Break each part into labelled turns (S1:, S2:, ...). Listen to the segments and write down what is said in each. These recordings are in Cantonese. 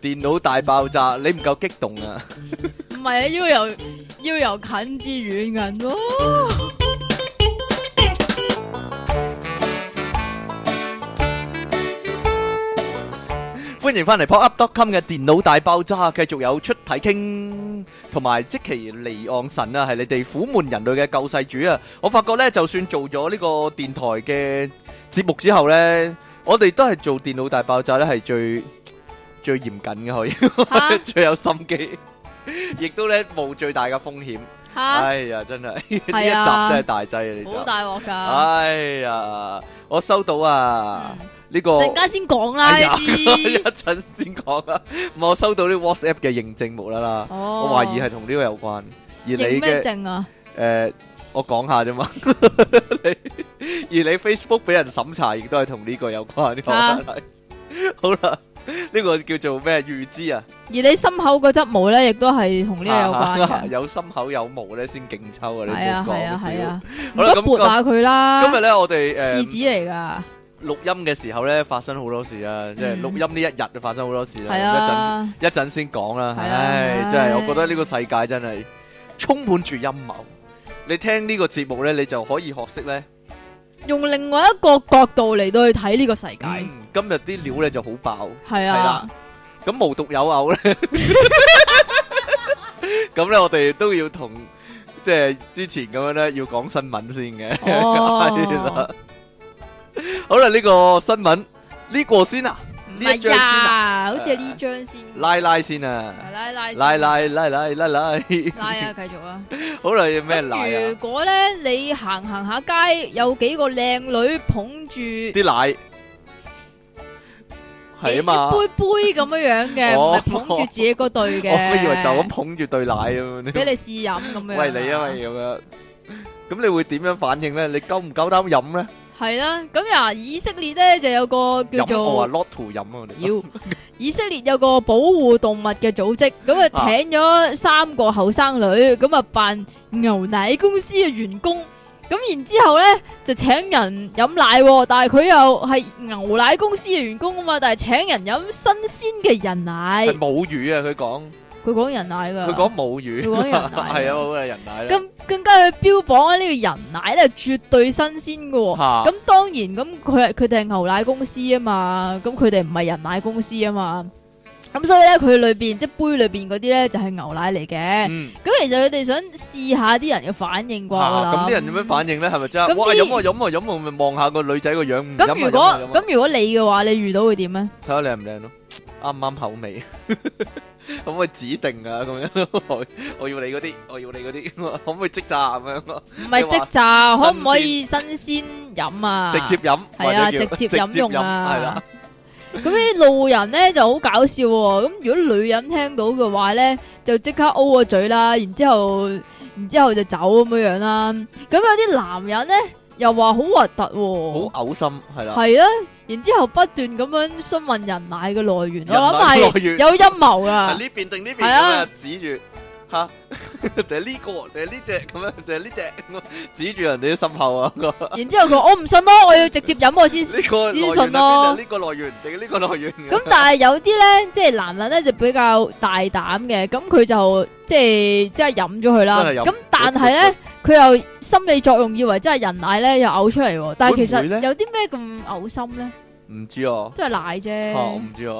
S1: 電腦大爆炸，你唔夠激動啊！
S2: 唔係啊，要由要由近至遠近咯。
S1: 歡迎翻嚟 pop up dot com 嘅電腦大爆炸，繼續有出體傾同埋即其離岸神啊，係你哋苦悶人類嘅救世主啊！我發覺呢，就算做咗呢個電台嘅節目之後呢，我哋都係做電腦大爆炸呢，係最最嚴謹嘅，可以
S2: 吓
S1: 最有心機，亦都呢冇最大嘅風險。
S2: 吓，
S1: 哎呀，真係呢一集真
S2: 係啊
S1: 係大劑啊！呢集
S2: 好大鑊㗎。嗯
S1: 哎呀，我收到啊，呢個。
S2: 陣間先講啦呢
S1: 哎呀， 一
S2: 啲。
S1: 陣先講啦。唔係我收到啲 WhatsApp 嘅認證無啦啦，
S2: 哦，
S1: 我懷疑係同呢個有關。而你
S2: 認咩
S1: 嘅
S2: 證啊？
S1: 誒，我講下啫嘛。 你而你 Facebook 俾人審查，亦都係同呢個有關。可能係好啦，呢個叫做咩預知啊？
S2: 而你心口嗰執毛咧，亦都係同呢個有關嘅。
S1: 有心口有毛咧，先勁抽啊！你
S2: 係啊
S1: 唔好
S2: 係啊
S1: 講
S2: 係
S1: 笑。
S2: 啊，唔
S1: 好啦
S2: 該
S1: 咁
S2: 撥下佢啦。
S1: 今日咧，我哋
S2: 廁
S1: 誒
S2: 紙嚟㗎，
S1: 錄音嘅時候咧，發生好多事啊！即係
S2: 嗯
S1: 錄音呢一日就發生好多事啦。
S2: 係
S1: 一陣。
S2: 啊，
S1: 一陣先講啦，
S2: 係啊
S1: 唉，
S2: 唉
S1: 真係我覺得呢個世界真係充滿住陰謀。你聽呢個節目呢，你就可以學識呢。
S2: 用另外一個角度嚟到去睇呢個世界，
S1: 嗯今日啲料呢就好爆，
S2: 係
S1: 係
S2: 啊
S1: 啦。咁無獨有偶呢，咁呢我哋都要同即係之前咁樣呢，要講新聞先嘅。
S2: 哦
S1: 係啦好啦，呢個新聞呢個先啊，
S2: 唔
S1: 呢一張
S2: 係
S1: 先
S2: 啊，好似係呢張先，
S1: 拉拉先啊，
S2: 係拉拉先
S1: 拉拉拉拉拉拉，
S2: 拉啊，繼續啊。
S1: 好啦，有咩
S2: 咁
S1: 奶啊
S2: 如？果咧你行行下街，有幾個靚女捧住幾
S1: 啲奶係啊嘛，
S2: 杯杯咁樣樣嘅，唔
S1: 哦
S2: 係捧住自己嗰對嘅。
S1: 我以為就咁捧住對奶咁樣，
S2: 俾你試飲咁樣。
S1: 喂你啊喂咁樣，咁你會點樣反應咧？你夠唔夠膽飲咧？
S2: 係啦，咁呀，以色列咧就有個叫
S1: 飲我話
S2: 做
S1: lot to 飲啊！我哋
S2: 妖，以色列有個保護動物嘅組織，咁啊
S1: 啊
S2: 請咗三個後生女，咁啊扮牛奶公司嘅員工，咁然之後咧就請人飲奶喎，但係佢又係牛奶公司嘅員工啊嘛，但係請人飲新鮮嘅人奶
S1: 係，母乳啊！佢講
S2: 佢講人奶噶，
S1: 佢講母乳，
S2: 佢講人奶
S1: 係啊，好啦，人奶啦，
S2: 咁更加去標榜呢個人奶咧絕對新鮮嘅喎。
S1: 嚇
S2: 咁當然，咁佢係佢哋係牛奶公司啊嘛，咁佢哋唔係人奶公司啊嘛，咁所以咧佢裏邊即係杯裏邊嗰啲咧就係牛奶嚟嘅，
S1: 嗯
S2: 咁、其實佢哋想試下啲人嘅反應啩，
S1: 嚇
S2: 我諗
S1: 啊咁啲人有咩？反應咧？係咪真
S2: 咁
S1: 係？
S2: 啲
S1: 哇！飲啊飲啊飲啊！咪望下個女仔個樣，唔飲啊
S2: 咁如果
S1: 飲啊飲啊
S2: 咁如果你嘅話，你遇到會點咧？
S1: 睇下靚唔靚咯，啱唔啱口味， 可唔可以指定啊？咁樣咯，我我要你嗰啲， 我要你嗰啲，可唔可以即炸咁樣咯？
S2: 唔係即炸，可唔可以新鮮飲啊？
S1: 直接飲，
S2: 係啊，
S1: 或者
S2: 直
S1: 叫
S2: 接飲用啊，
S1: 係啦，。
S2: 咁啲路人咧就好搞笑喎、咁如果女人聽到嘅話咧，就即刻 O 個嘴啦，然之後，然之後就走咁樣樣啦。咁有啲男人咧又話好核突
S1: 好
S2: 喎，
S1: 嘔心，係啦。
S2: 係啦，然之後不斷咁樣詢問人奶嘅來源，我
S1: 人奶
S2: 諗係
S1: 來源
S2: 有陰謀
S1: 係
S2: 噶，
S1: 呢邊定呢邊
S2: 係
S1: 咁
S2: 啊
S1: 啊？指住吓， 定係呢個，定係呢只咁樣，定係呢只， 指住人哋啲 心口啊！呢
S2: 然之後佢話我唔信咯，我要直接飲我先資
S1: 個來源
S2: 訊
S1: 啊
S2: 咯
S1: 邊。就呢個來源定係呢個來源嘅
S2: 咁但係有啲咧，即係男人咧就比較大膽嘅，咁佢就即係即係飲咗佢啦。
S1: 真係飲
S2: 咁但係咧，佢又心理作用，以為真係人奶咧又嘔出嚟喎。但係其實
S1: 會唔會呢
S2: 有啲咩咁嘔心咧？
S1: 唔知啊，
S2: 都係奶啫。
S1: 吓我唔知啊，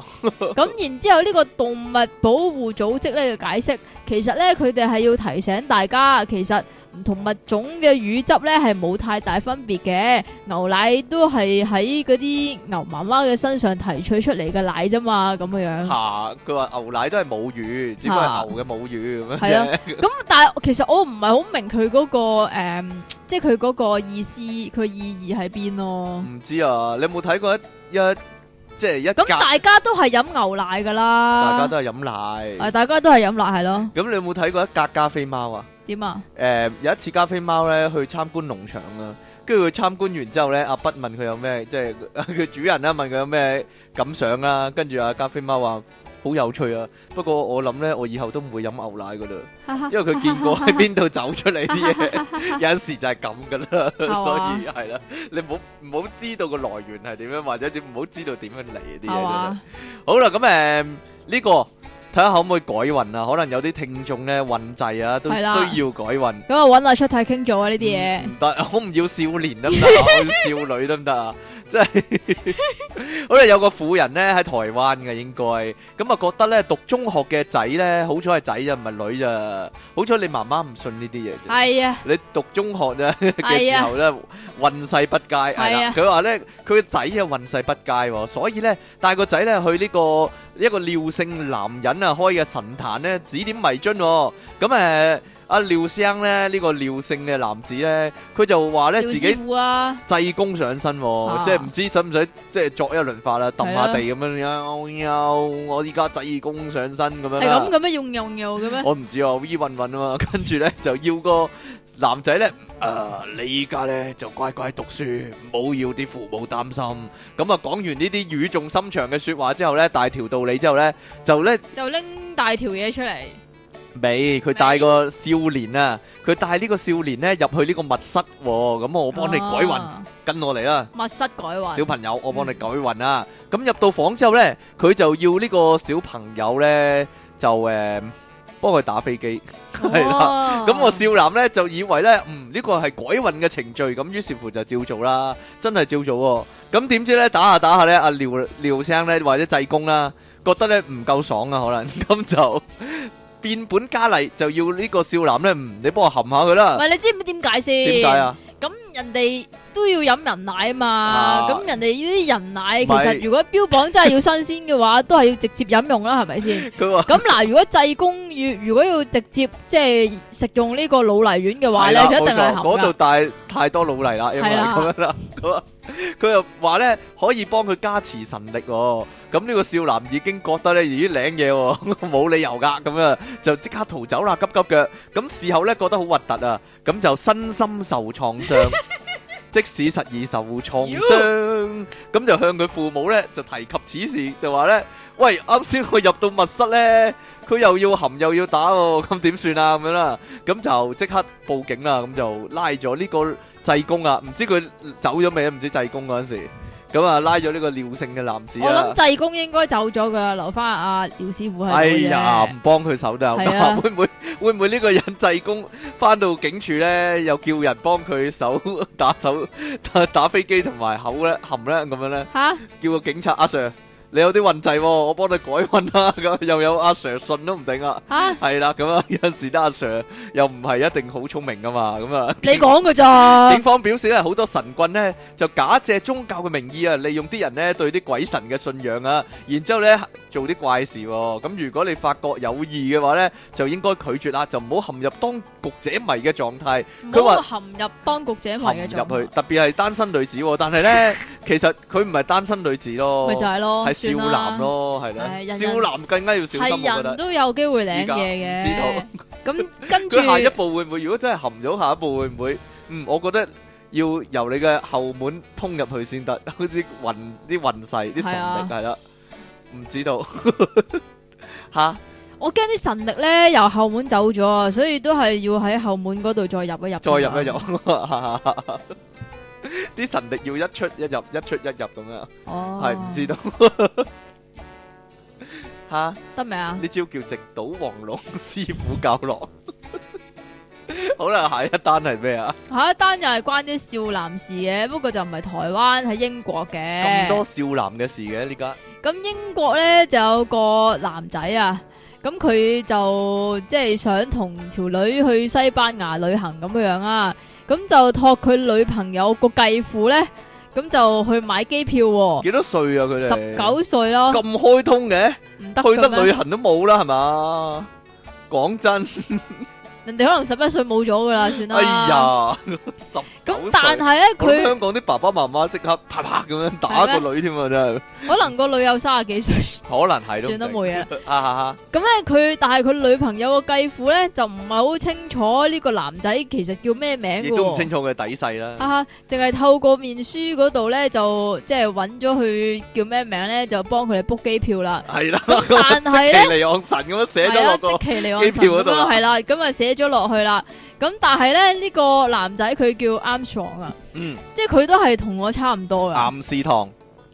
S2: 咁然之後呢個動物保護組織咧就解釋，其實咧佢哋係要提醒大家，其實唔同物種嘅乳汁咧係冇太大分別嘅，牛奶都係喺嗰啲牛媽媽嘅身上提取出嚟嘅奶啫嘛，咁樣樣。
S1: 吓佢話牛奶都係母乳，只不過係牛嘅母乳咁樣
S2: 係啊
S1: 啫。
S2: 咁但係其實我唔係好明佢嗰、個誒即係佢嗰個意思，佢意義喺邊咯。
S1: 唔知啊，你有冇睇過一一即係一
S2: 咁
S1: 格，
S2: 大家都係飲牛奶噶啦，
S1: 大家都係飲奶。
S2: 係大家都係飲奶係咯。
S1: 咁你有冇睇過一格加菲貓啊？
S2: 點啊？
S1: 誒，有一次加菲貓咧去參觀農場啊，跟住佢參觀完之後咧，阿畢問佢有咩，即係 佢主人啦問佢有咩感想啦，跟住阿加菲貓話好有趣啊，不過我諗咧我以後都唔會飲牛奶噶啦，因為佢見過喺邊度走出嚟啲嘢。 有陣時就係咁噶啦，所
S2: 係嘛
S1: 以係啦，你唔好唔好知道個來源係點樣，或者你唔好知道點樣嚟啲嘢真
S2: 係
S1: 係
S2: 嘛？。
S1: 好啦，咁誒呢個睇下可唔可以改運啊？可能有啲聽眾咧運滯啊，都需
S2: 係啦
S1: 要改運。
S2: 咁啊揾阿出體傾做啊呢啲嘢
S1: 唔，唔得，我唔要少年得唔 得啊？我要少女得唔得啊？ 即係 好啦，有個婦人咧喺台灣嘅應該，咁啊覺得咧讀中學嘅仔咧，好彩係仔咋，唔係女咋，好彩你媽媽唔信呢啲嘢啫。
S2: 係啊，
S1: 你讀中學咧嘅
S2: 係
S1: 時
S2: 啊
S1: 候咧，運勢不佳係
S2: 係
S1: 啦
S2: 啊。
S1: 佢話咧，佢個仔啊運勢不佳喎，所以咧帶個仔咧去呢、個一個廖姓男人啊開嘅神壇咧指點迷津喎。咁誒阿廖生咧呢、個廖姓嘅男子咧，佢就話咧
S2: 廖
S1: 自
S2: 師
S1: 己
S2: 傅啊，
S1: 濟公上身喎，
S2: 啊
S1: 即係唔知使唔使即係作一輪法啦，揼下
S2: 係啊
S1: 地咁樣樣，呦我依家濟公上身咁樣
S2: 係
S1: 啦
S2: 咁。嘅咩？用用用嘅咩？
S1: 我唔知啊，依混混啊嘛， 跟住咧就要個男仔咧，誒、你依家咧就乖乖讀書，唔好要啲父母擔心。咁啊，講完呢啲語重心長嘅説話之後咧，大條道理之後咧，就咧
S2: 就拎大條嘢出嚟，
S1: 尾佢帶個少年啊，佢帶呢個少年咧入去呢個密室喎、咁我幫你改運，
S2: 啊
S1: 跟我嚟啦。
S2: 密室改
S1: 小
S2: 運，
S1: 朋友，我幫你改運啊！咁入到房之後呢，佢就要呢個小朋友呢，就誒、幫佢打飛機，係啦、
S2: 啦
S1: 咁我少男咧就以為咧，嗯呢個係改運嘅程序，咁於是乎就照做啦，真係照做喎。咁點知咧打下打下咧，阿廖廖生咧或者濟公啦，覺得咧唔夠爽啊，可能 咁就變本加厲，就要呢個少男咧，嗯你幫我含下佢
S2: 唔
S1: 啦。
S2: 係你知唔知點解先？
S1: 點解？啊？
S2: 咁人哋都要飲人奶啊
S1: 啊
S2: 嘛，咁人哋呢啲人奶其
S1: 咪
S2: 實如果標榜真係要新鮮嘅話，都係要直接飲用啦，係 咪先？
S1: 佢話
S2: 咁嗱，如果濟公要如果要直接即係食用呢個老泥丸嘅話咧，
S1: 係啦
S2: 就一定係
S1: 冇錯嗰度
S2: 含噶。
S1: 帶太多老嚟啦，因為
S2: 係啦
S1: 咁樣啦，咁啊佢又話咧可以幫佢加持神力喎。咁呢個少男已經覺得咧，咦領嘢喎， 冇理由噶，咁啊就即刻逃走啦，急急腳。咁事後咧覺得好核突啊，咁就身心受創傷。 即使實已受創傷，咁就向佢父母咧就提及此事，就話咧：喂，啱先我入到密室咧，佢又要含又要打喎，咁點算啊？咁樣啦，咁就即刻報警啦，咁就拉咗呢個濟公啊，唔知佢走咗未啊？唔知濟公嗰陣時，咁啊拉咗呢個廖姓嘅男子
S2: 我
S1: 啊
S2: 諗。濟公應該走咗噶，留翻阿廖師傅喺度
S1: 哎
S2: 嘅
S1: 呀，唔幫佢手都有
S2: 係啊
S1: 得， 會唔會會唔會呢個人濟公翻到警署咧，又叫人幫佢手打手 打打飛機同埋口咧含咧咁樣咧，
S2: 吓，
S1: 叫個警察阿 Sir，你有啲運滯喎，我幫你改運啦，咁又有阿 Sir 信都唔定啊，
S2: 吓
S1: 係啦，咁啊有陣時得阿 Sir 又唔係一定好聰明噶嘛，咁啊。
S2: 你講噶咋？
S1: 警方表示咧，好多神棍咧就假借宗教嘅名義啊，利用啲人咧對啲鬼神嘅信仰啊，然之後咧做啲怪事喎、咁如果你發覺有異嘅話咧，就應該拒絕啦，就唔好陷入當局者迷嘅狀態，佢
S2: 唔
S1: 話
S2: 好含入當局者迷嘅
S1: 陷
S2: 狀
S1: 入去
S2: 態，。
S1: 特別係單身女子、喎。但係咧，其實佢唔係單身女子咯，
S2: 咪就係咯，
S1: 係
S2: 算
S1: 少
S2: 啦
S1: 男，咯，係
S2: 係
S1: 啦，
S2: 人人
S1: 少男更加要小心，
S2: 係
S1: 我覺得
S2: 人。都有機會領
S1: 依家
S2: 嘢
S1: 唔
S2: 嘅。咁跟住
S1: 佢下一步會唔會？如果真係含咗，下一步會唔會？嗯，我覺得要由你嘅後門通入去先得， 好似運啲運勢、啲神
S2: 係啊
S1: 力係啦。唔知 道吓，
S2: 我驚啲神力咧由後門走咗啊，所以都係要喺後門嗰度再入一入。
S1: 再入一入，。 啲神力要一出一入，一出一入咁樣，
S2: 哦，
S1: 係唔知道吓。
S2: 得未啊？
S1: 呢招叫直搗黃 龍，師傅教 落。好啦，下一單係咩啊？
S2: 下一單又係關啲少男事嘅，不過就唔係台灣，係英國嘅。
S1: 咁多少男嘅事嘅呢家？
S2: 咁英國咧就有個男仔啊，咁佢就即係想同條女去西班牙旅行咁樣啊，咁就託佢女朋友個繼父咧，咁就去買機票喎、
S1: 幾多歲啊？佢哋
S2: 十九歲咯，
S1: 咁開通嘅，
S2: 唔得
S1: 去
S2: 㗎
S1: 得
S2: 咩？
S1: 旅行都冇啦，係嘛？講真，
S2: 人哋可能十一歲冇咗噶 啦，算啦。
S1: 哎 呀，十
S2: 咁
S1: 九
S2: 但
S1: 歲，
S2: 係咧，
S1: 我諗
S2: 佢
S1: 香港啲爸爸媽媽即刻啪啪咁樣打
S2: 係咩
S1: 個女添啊，真係
S2: 可能個女友三十幾歲，
S1: 可能係都唔
S2: 算啦
S1: 定
S2: 冇嘢 啦。
S1: 啊哈哈，
S2: 咁咧佢，但係佢女朋友個繼父咧就唔係好清楚呢個男仔其實叫咩名
S1: 亦
S2: 嘅
S1: 都唔
S2: 喎
S1: 清。楚佢底細啦。
S2: 啊，淨係透過面書嗰度咧，就即係揾咗佢叫咩名咧，就幫佢哋 book 機票 啦。
S1: 係啦，
S2: 但係咧，
S1: 奇尼昂神咁樣寫咗
S2: 係
S1: 落
S2: 啊，
S1: 個
S2: 即其尼昂神
S1: 機票嗰
S2: 咁
S1: 度啊
S2: 樣係啦，咁啊寫咗落去啦。咁但係咧，呢個男仔佢
S1: Ừ,
S2: 叫 Armstrong 啊，
S1: 嗯
S2: Ờ. 即係佢都係同我差唔多噶，
S1: 岩士堂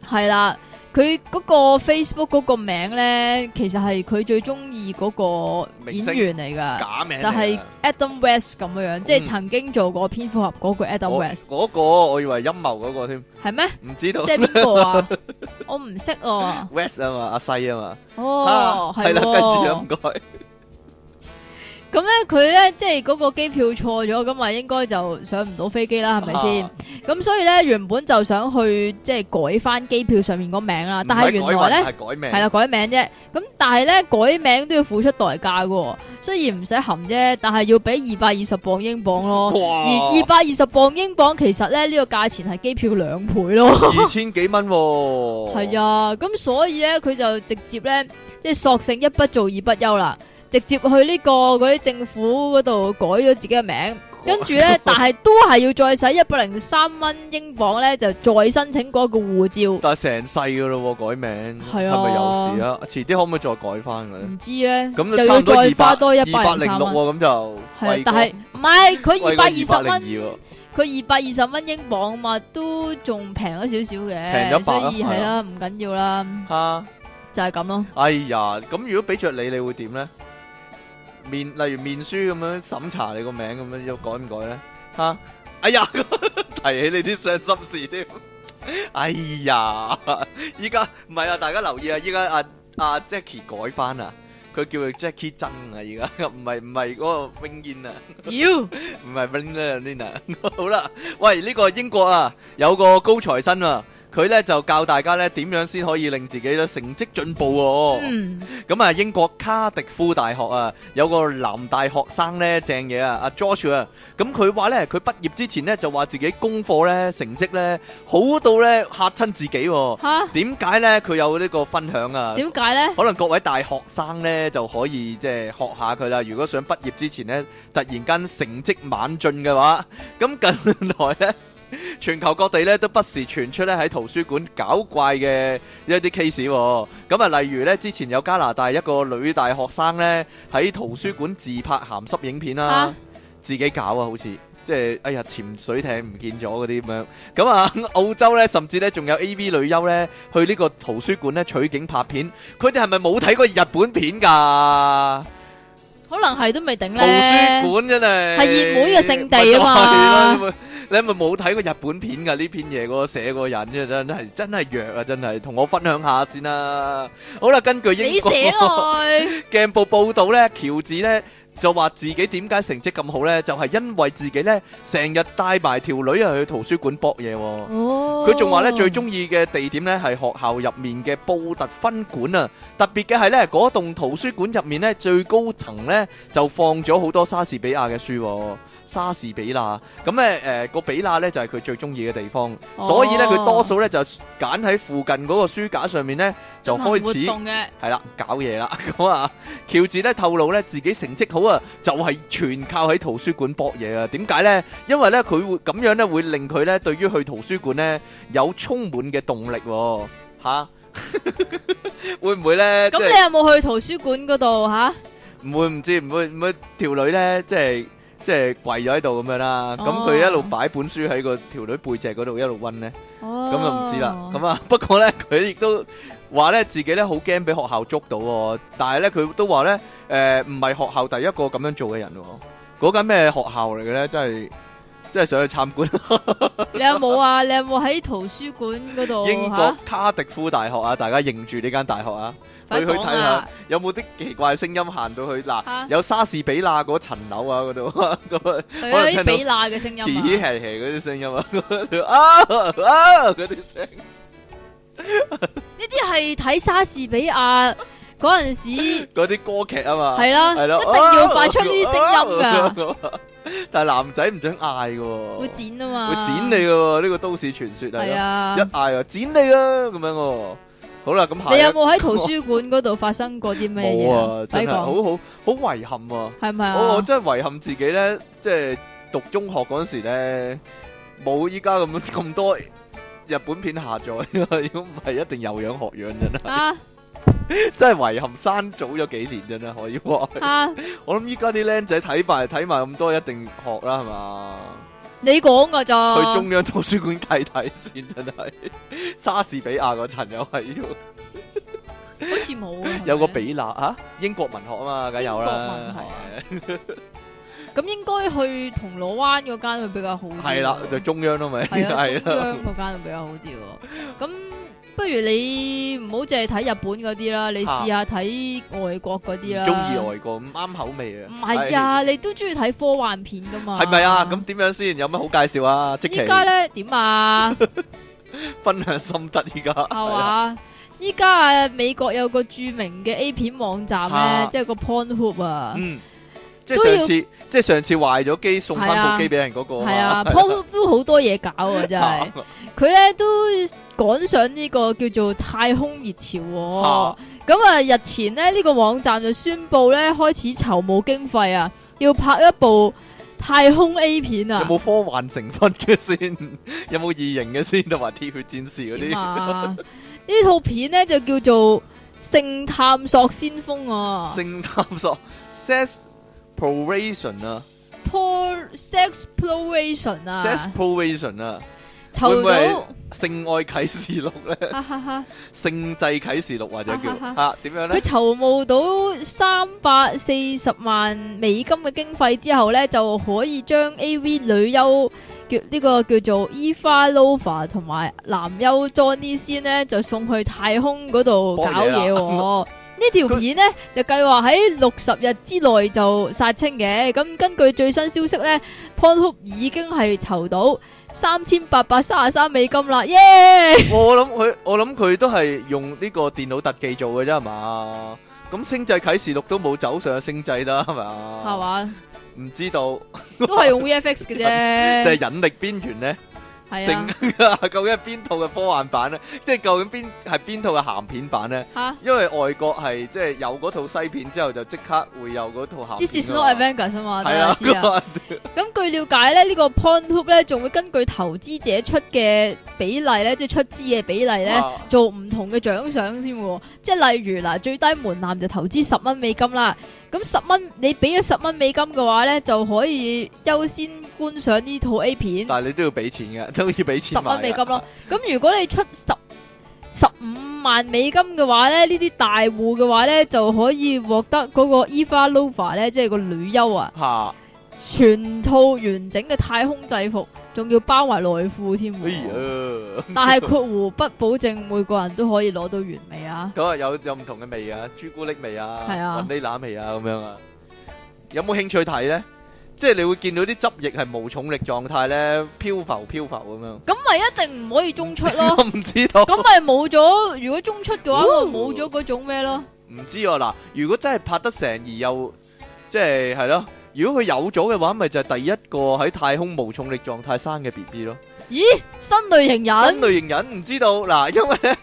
S2: 係啦。佢嗰個 Facebook 嗰個名咧，其實係佢最中意嗰個演員嚟噶，
S1: 假名嚟
S2: 就係
S1: 㗎
S2: Adam West 咁樣樣，即
S1: 嗯
S2: 係曾經做過蝙蝠俠嗰個 Adam
S1: 我
S2: West
S1: 嗰個我以為陰謀嗰個添，
S2: 係咩？
S1: 唔知道
S2: 即 係邊個啊？我唔識喎。
S1: West à 啊嘛，阿西啊嘛，
S2: 哦，
S1: 啊係
S2: 係
S1: 啦，跟住啊唔
S2: 喎。
S1: 該，
S2: 咁咧，佢咧即係嗰個機票錯咗，咁啊應該就上唔到飛機啦，係咪先
S1: 啊？？
S2: 咁所以咧，原本就想去即係改翻機票上面個名啦，啊但係
S1: 唔係
S2: 原來咧。
S1: 改運係改名，
S2: 系啦，改名啫。咁但系咧，改名都要付出代價噶。雖然唔使含啫，但係要俾二百二十磅英磅咯。而二
S1: 哇，
S2: 百二十磅英磅其實咧呢、呢個價錢係機票兩倍咯。
S1: 二千幾蚊喎，
S2: 係啊，咁所以咧佢就直接咧即係索性一不做二不休啦，直接去呢、個嗰啲政府嗰度改咗自己嘅名。跟住咧，但係都係要再使一百零三蚊英磅咧，就再申請嗰個護 照。
S1: 但係成世噶咯喎，改名
S2: 係啊
S1: 係咪有事啊？遲啲可唔可以再改翻嘅咧？
S2: 唔知咧，
S1: 咁就
S2: 又
S1: 差
S2: 要
S1: 唔多
S2: 再花多一
S1: 二
S2: 百
S1: 百
S2: 零
S1: 零
S2: 三
S1: 六
S2: 蚊。
S1: 喎，咁就
S2: 系
S1: 貴，
S2: 啊但
S1: 過
S2: 系唔係佢二百二
S1: 貴過
S2: 十
S1: 220
S2: 蚊，
S1: 喎
S2: 佢二百二十蚊英鎊啊嘛，都仲平咗少少
S1: 平
S2: 嘅，
S1: 咗一百啊
S2: 所以係啦，唔緊要啦，
S1: 嚇
S2: 就係咁 咯。
S1: 哎呀，咁如果俾着你，你會點咧？面例如面書咁樣審查你個名咁樣，要改唔改咧？吓，哎呀，提起你啲傷心事添。哎呀，依家唔係啊，大家留意啊，依家阿阿 Jackie 改翻啊，佢叫佢 Jackie 曾啊，而家 唔係唔係嗰個 Wing In 啊。
S2: 妖，
S1: 唔係 Ring 咧，Lina。好 啦，喂，呢、個英國啊，有個高材生啊，佢呢就教大家呢點樣先可以令自己咧成績進步喎、
S2: 嗯，
S1: 咁啊，英國卡迪夫大學啊，有個男大學生呢，正嘢啊，阿 Josh 啊，咁佢話呢，佢畢業之前呢，就話自己功課呢成績呢好到呢嚇親自己、喎。
S2: 吓，
S1: 點解呢？佢有呢個分享啊？
S2: 點解咧？
S1: 可能各位大學生呢就可以即係學下佢啦。如果想畢業之前呢，突然間成績猛進嘅話，咁近來呢，全球各地呢都不時傳出呢喺圖書館搞怪嘅一啲 case 喎。咁啊，例如呢，之前有加拿大一個女大學生呢喺圖書館自拍鹹濕影片啦、
S2: 啊
S1: 自己搞啊，好似。即係哎呀，潛水艇唔見咗嗰啲咁樣，咁啊 澳洲呢，甚至呢仲有 A.V. 女優呢去呢個圖書館呢取景拍片，佢哋係咪冇睇過日本片㗎？
S2: 可能係都未定
S1: 圖書
S2: 咧。
S1: 館真
S2: 係
S1: 係
S2: 熱門嘅聖地啊嘛
S1: 咪就係咯你係咪冇睇過日本片㗎？呢篇嘢嗰個寫嗰個人真係真係真係弱啊！真係，同我分享下先啦。好啦，根據
S2: 你
S1: 英國
S2: 寫落去，
S1: 鏡報報導咧，喬治咧就話自己點解成績咁好咧，就係、因為自己咧成日帶埋條女啊去圖書館搏嘢喎。
S2: 哦，
S1: 佢仲話咧最中意嘅地點咧係學校入面嘅布特分館啊，特別嘅係咧嗰棟圖書館入面咧最高層咧就放咗好多莎士比亞嘅書、喎。莎士比亞咁咧誒個比亞咧就係、佢最中意嘅地方，
S2: 哦
S1: 所以咧佢多數咧就揀喺附近嗰個書架上面咧就
S2: 進行哦活
S1: 開始。
S2: 動嘅，
S1: 係啦， 搞嘢啦，咁啊，喬治咧透露咧自己成績好啊，就係、全靠喺圖書館搏嘢啊。點解呢？因為咧佢會咁樣咧會令佢咧對於去圖書館咧有充滿嘅動力喎、吓 會唔會咧？即
S2: 咁
S1: 係
S2: 你有冇去圖書館嗰度吓？
S1: 唔會唔知唔會唔會條女咧，即係即係跪咗喺度咁樣啦。咁
S2: 哦
S1: 佢、一路擺本書喺個條女背脊嗰度一路温咧。
S2: 哦，
S1: 咁就唔知啦。咁啊， 不過呢，佢亦都話呢，自己呢好驚俾學校捉到喎。但係呢，佢都話呢，誒唔係學校第一個咁樣做嘅人喎。嗰間咩學校嚟嘅呢？真係真係想去參觀。啊
S2: 你有冇啊？你有冇喺圖書館嗰度
S1: 英
S2: 吓
S1: 國？卡迪夫大學啊，大家認住呢間大學啊，
S2: 快
S1: 去去
S2: 講
S1: 睇下
S2: 啊
S1: 有冇啲奇怪聲音行到去嗱，
S2: 吓，
S1: 有莎士比亞嗰層樓啊嗰 度咁啊。
S2: 就有
S1: 可能聽到
S2: 啲比那嘅聲音啊。
S1: 咦係係嗰啲聲音啊，啊啊嗰啲聲。
S2: 呢啲係睇莎士比亞嗰陣時
S1: 嗰啲歌 劇啊嘛，
S2: 係啦
S1: 係咯，啊
S2: 一定要發出呢啲聲音㗎
S1: 㗎。 但係男仔唔准嗌嘅喎，
S2: 會剪啊嘛，
S1: 會剪你嘅喎，呢個都市傳說
S2: 係
S1: 係啊，
S2: 啊
S1: 一。嗌啊剪你啊咁樣喎。好啦，咁下
S2: 你
S1: 一
S2: 有冇喺圖 書館嗰度發生過啲咩嘢
S1: 冇
S2: 啊
S1: 啊？？
S2: 抵
S1: 真係好
S2: 講
S1: 好好遺憾啊！
S2: 係咪
S1: 我我
S2: 啊？
S1: 真係遺憾自己咧，即係讀中學嗰陣時咧，冇依家咁 咁多日本片下 載，如果唔係一定有樣學樣真係，
S2: 啊
S1: 真係遺憾生早咗幾年真係可以話。
S2: 啊！
S1: 我諗依家啲僆仔睇埋睇埋咁多，一定學啦，係嘛？
S2: 你講噶咋？
S1: 去中央圖書館睇睇先，真係 莎士比亞嗰層又係要
S2: 好似冇啊。係咪
S1: 有個比納啊，英國文學啊嘛，梗有啦
S2: 英國，啊咁應該去銅鑼灣嗰間會比較好啲喎。
S1: 係啦，就中央咯咪
S2: 嗯係啊，
S1: 係
S2: 中
S1: 啦，
S2: 央嗰間會比較好啲喎。咁不如你唔好淨係睇日本嗰啲啦，你試下睇外國嗰
S1: 唔
S2: 啲啦。啊
S1: 中意外國咁啱口味啊，
S2: 唔係啊，你都中意睇科幻片噶嘛？
S1: 係，係咪啊？咁點樣先？有乜好介紹啊？即期
S2: 依家咧點 啊？
S1: 分享心得依家
S2: 係
S1: 係啊
S2: 嘛？依家啊，美國有個著名嘅 A 片網站咧，
S1: 啊
S2: 即係個 Pornhub 啊，
S1: 嗯，即
S2: 都
S1: 係
S2: 要
S1: 上次，即係上次壞咗機，送
S2: 係
S1: 翻
S2: 啊
S1: 部機俾人嗰個嘛
S2: 係啊，Pornhub 都好多嘢搞 啊，真係。佢咧都趕上呢個叫做太空熱潮喎、
S1: 啊
S2: 咁啊，日前呢，呢、個網站就宣布咧開始籌募經費啊，要拍一部太空 A 片
S1: 有
S2: 啊。
S1: 冇科幻成分嘅先？ 有冇異形嘅先？同埋鐵血戰士嗰
S2: 點
S1: 啲
S2: 啊？ 呢套片咧就叫做《性探索先鋒》啊
S1: 性探索 sex proration 啊
S2: ，Por Sex Exploration 啊，
S1: ，sex proration 啊，會
S2: 籌
S1: 唔會係
S2: 到
S1: 性愛啟示錄咧，
S2: 哈哈哈。
S1: 性制啟示錄或者叫
S2: 哈哈
S1: 啊點樣
S2: 佢
S1: 咧？
S2: 籌募到三百四十萬美金嘅經費之後咧，就可以將 A.V. 女優叫呢、個叫做 Eva Lova 同埋男優 Johnny 先咧，就送去太空嗰度搞
S1: 啊
S2: 嘢喎。呢條片呢，就計劃喺六十日之內就殺青嘅。咁根據最新消息呢 p o n h u b 已經係籌到三千八百三十三美金啦，耶、
S1: 我諗佢，我諗佢都係用呢個電腦特技做嘅啫，係嘛？咁星際啟示錄都冇走上星際啦，係咪啊？
S2: 係？嘛？
S1: 唔知道，
S2: 都係用 VFX 嘅
S1: 即係
S2: 啫，
S1: 引力邊緣咧。
S2: 係啊
S1: 性， 究竟係邊套嘅科幻版咧？即係究竟邊係邊套嘅鹹片版咧？
S2: 嚇。
S1: 因為外國係即係有嗰套西片之後，就即刻會有嗰套鹹片㗎嘛。
S2: This is not Avengers 啊嘛，大
S1: 係
S2: 家
S1: 啊
S2: 知 啊。咁據了解咧，呢個 PornHub 咧仲會根據投資者出嘅比例咧，即係出資嘅比例咧，
S1: 啊
S2: 做唔同嘅獎賞添喎。即係例如嗱，最低門檻就投資十蚊美金啦。咁十蚊你俾咗十蚊美金嘅話咧，就可以優先觀賞呢套 A 片，
S1: 但係你都要俾錢嘅，都要俾錢
S2: 十
S1: 買㗎
S2: 蚊美金咯。。咁如果你出十十五萬美金嘅話咧，呢啲大戶嘅話咧就可以獲得嗰個 Eva Lova 咧，即係個女優啊。
S1: 嚇！
S2: 全套完整嘅太空制服，仲要包埋內褲添喎。
S1: 哎呀，
S2: 但係括弧不保證每個人都可以攞到完美 啊！
S1: 咁啊有有唔同嘅味啊，朱古力味啊，
S2: 係啊
S1: 雲呢拿味啊咁樣啊。有冇興趣睇咧？即係你會見到啲汁液係無重力狀態咧，漂浮漂浮咁樣。
S2: 咁咪一定唔可以中出咯。
S1: 我唔知道。
S2: 咁咪冇咗，如果中出嘅話，
S1: 哦
S2: 咪冇咗嗰種咩咯？
S1: 唔知啊嗱，如果真係拍得成而又即係係咯，如果佢有咗嘅話，咪就係第一個喺太空無重力狀態生嘅 B B 咯。
S2: 新類型
S1: 新
S2: 人
S1: 類型人唔知道嗱，因為咧，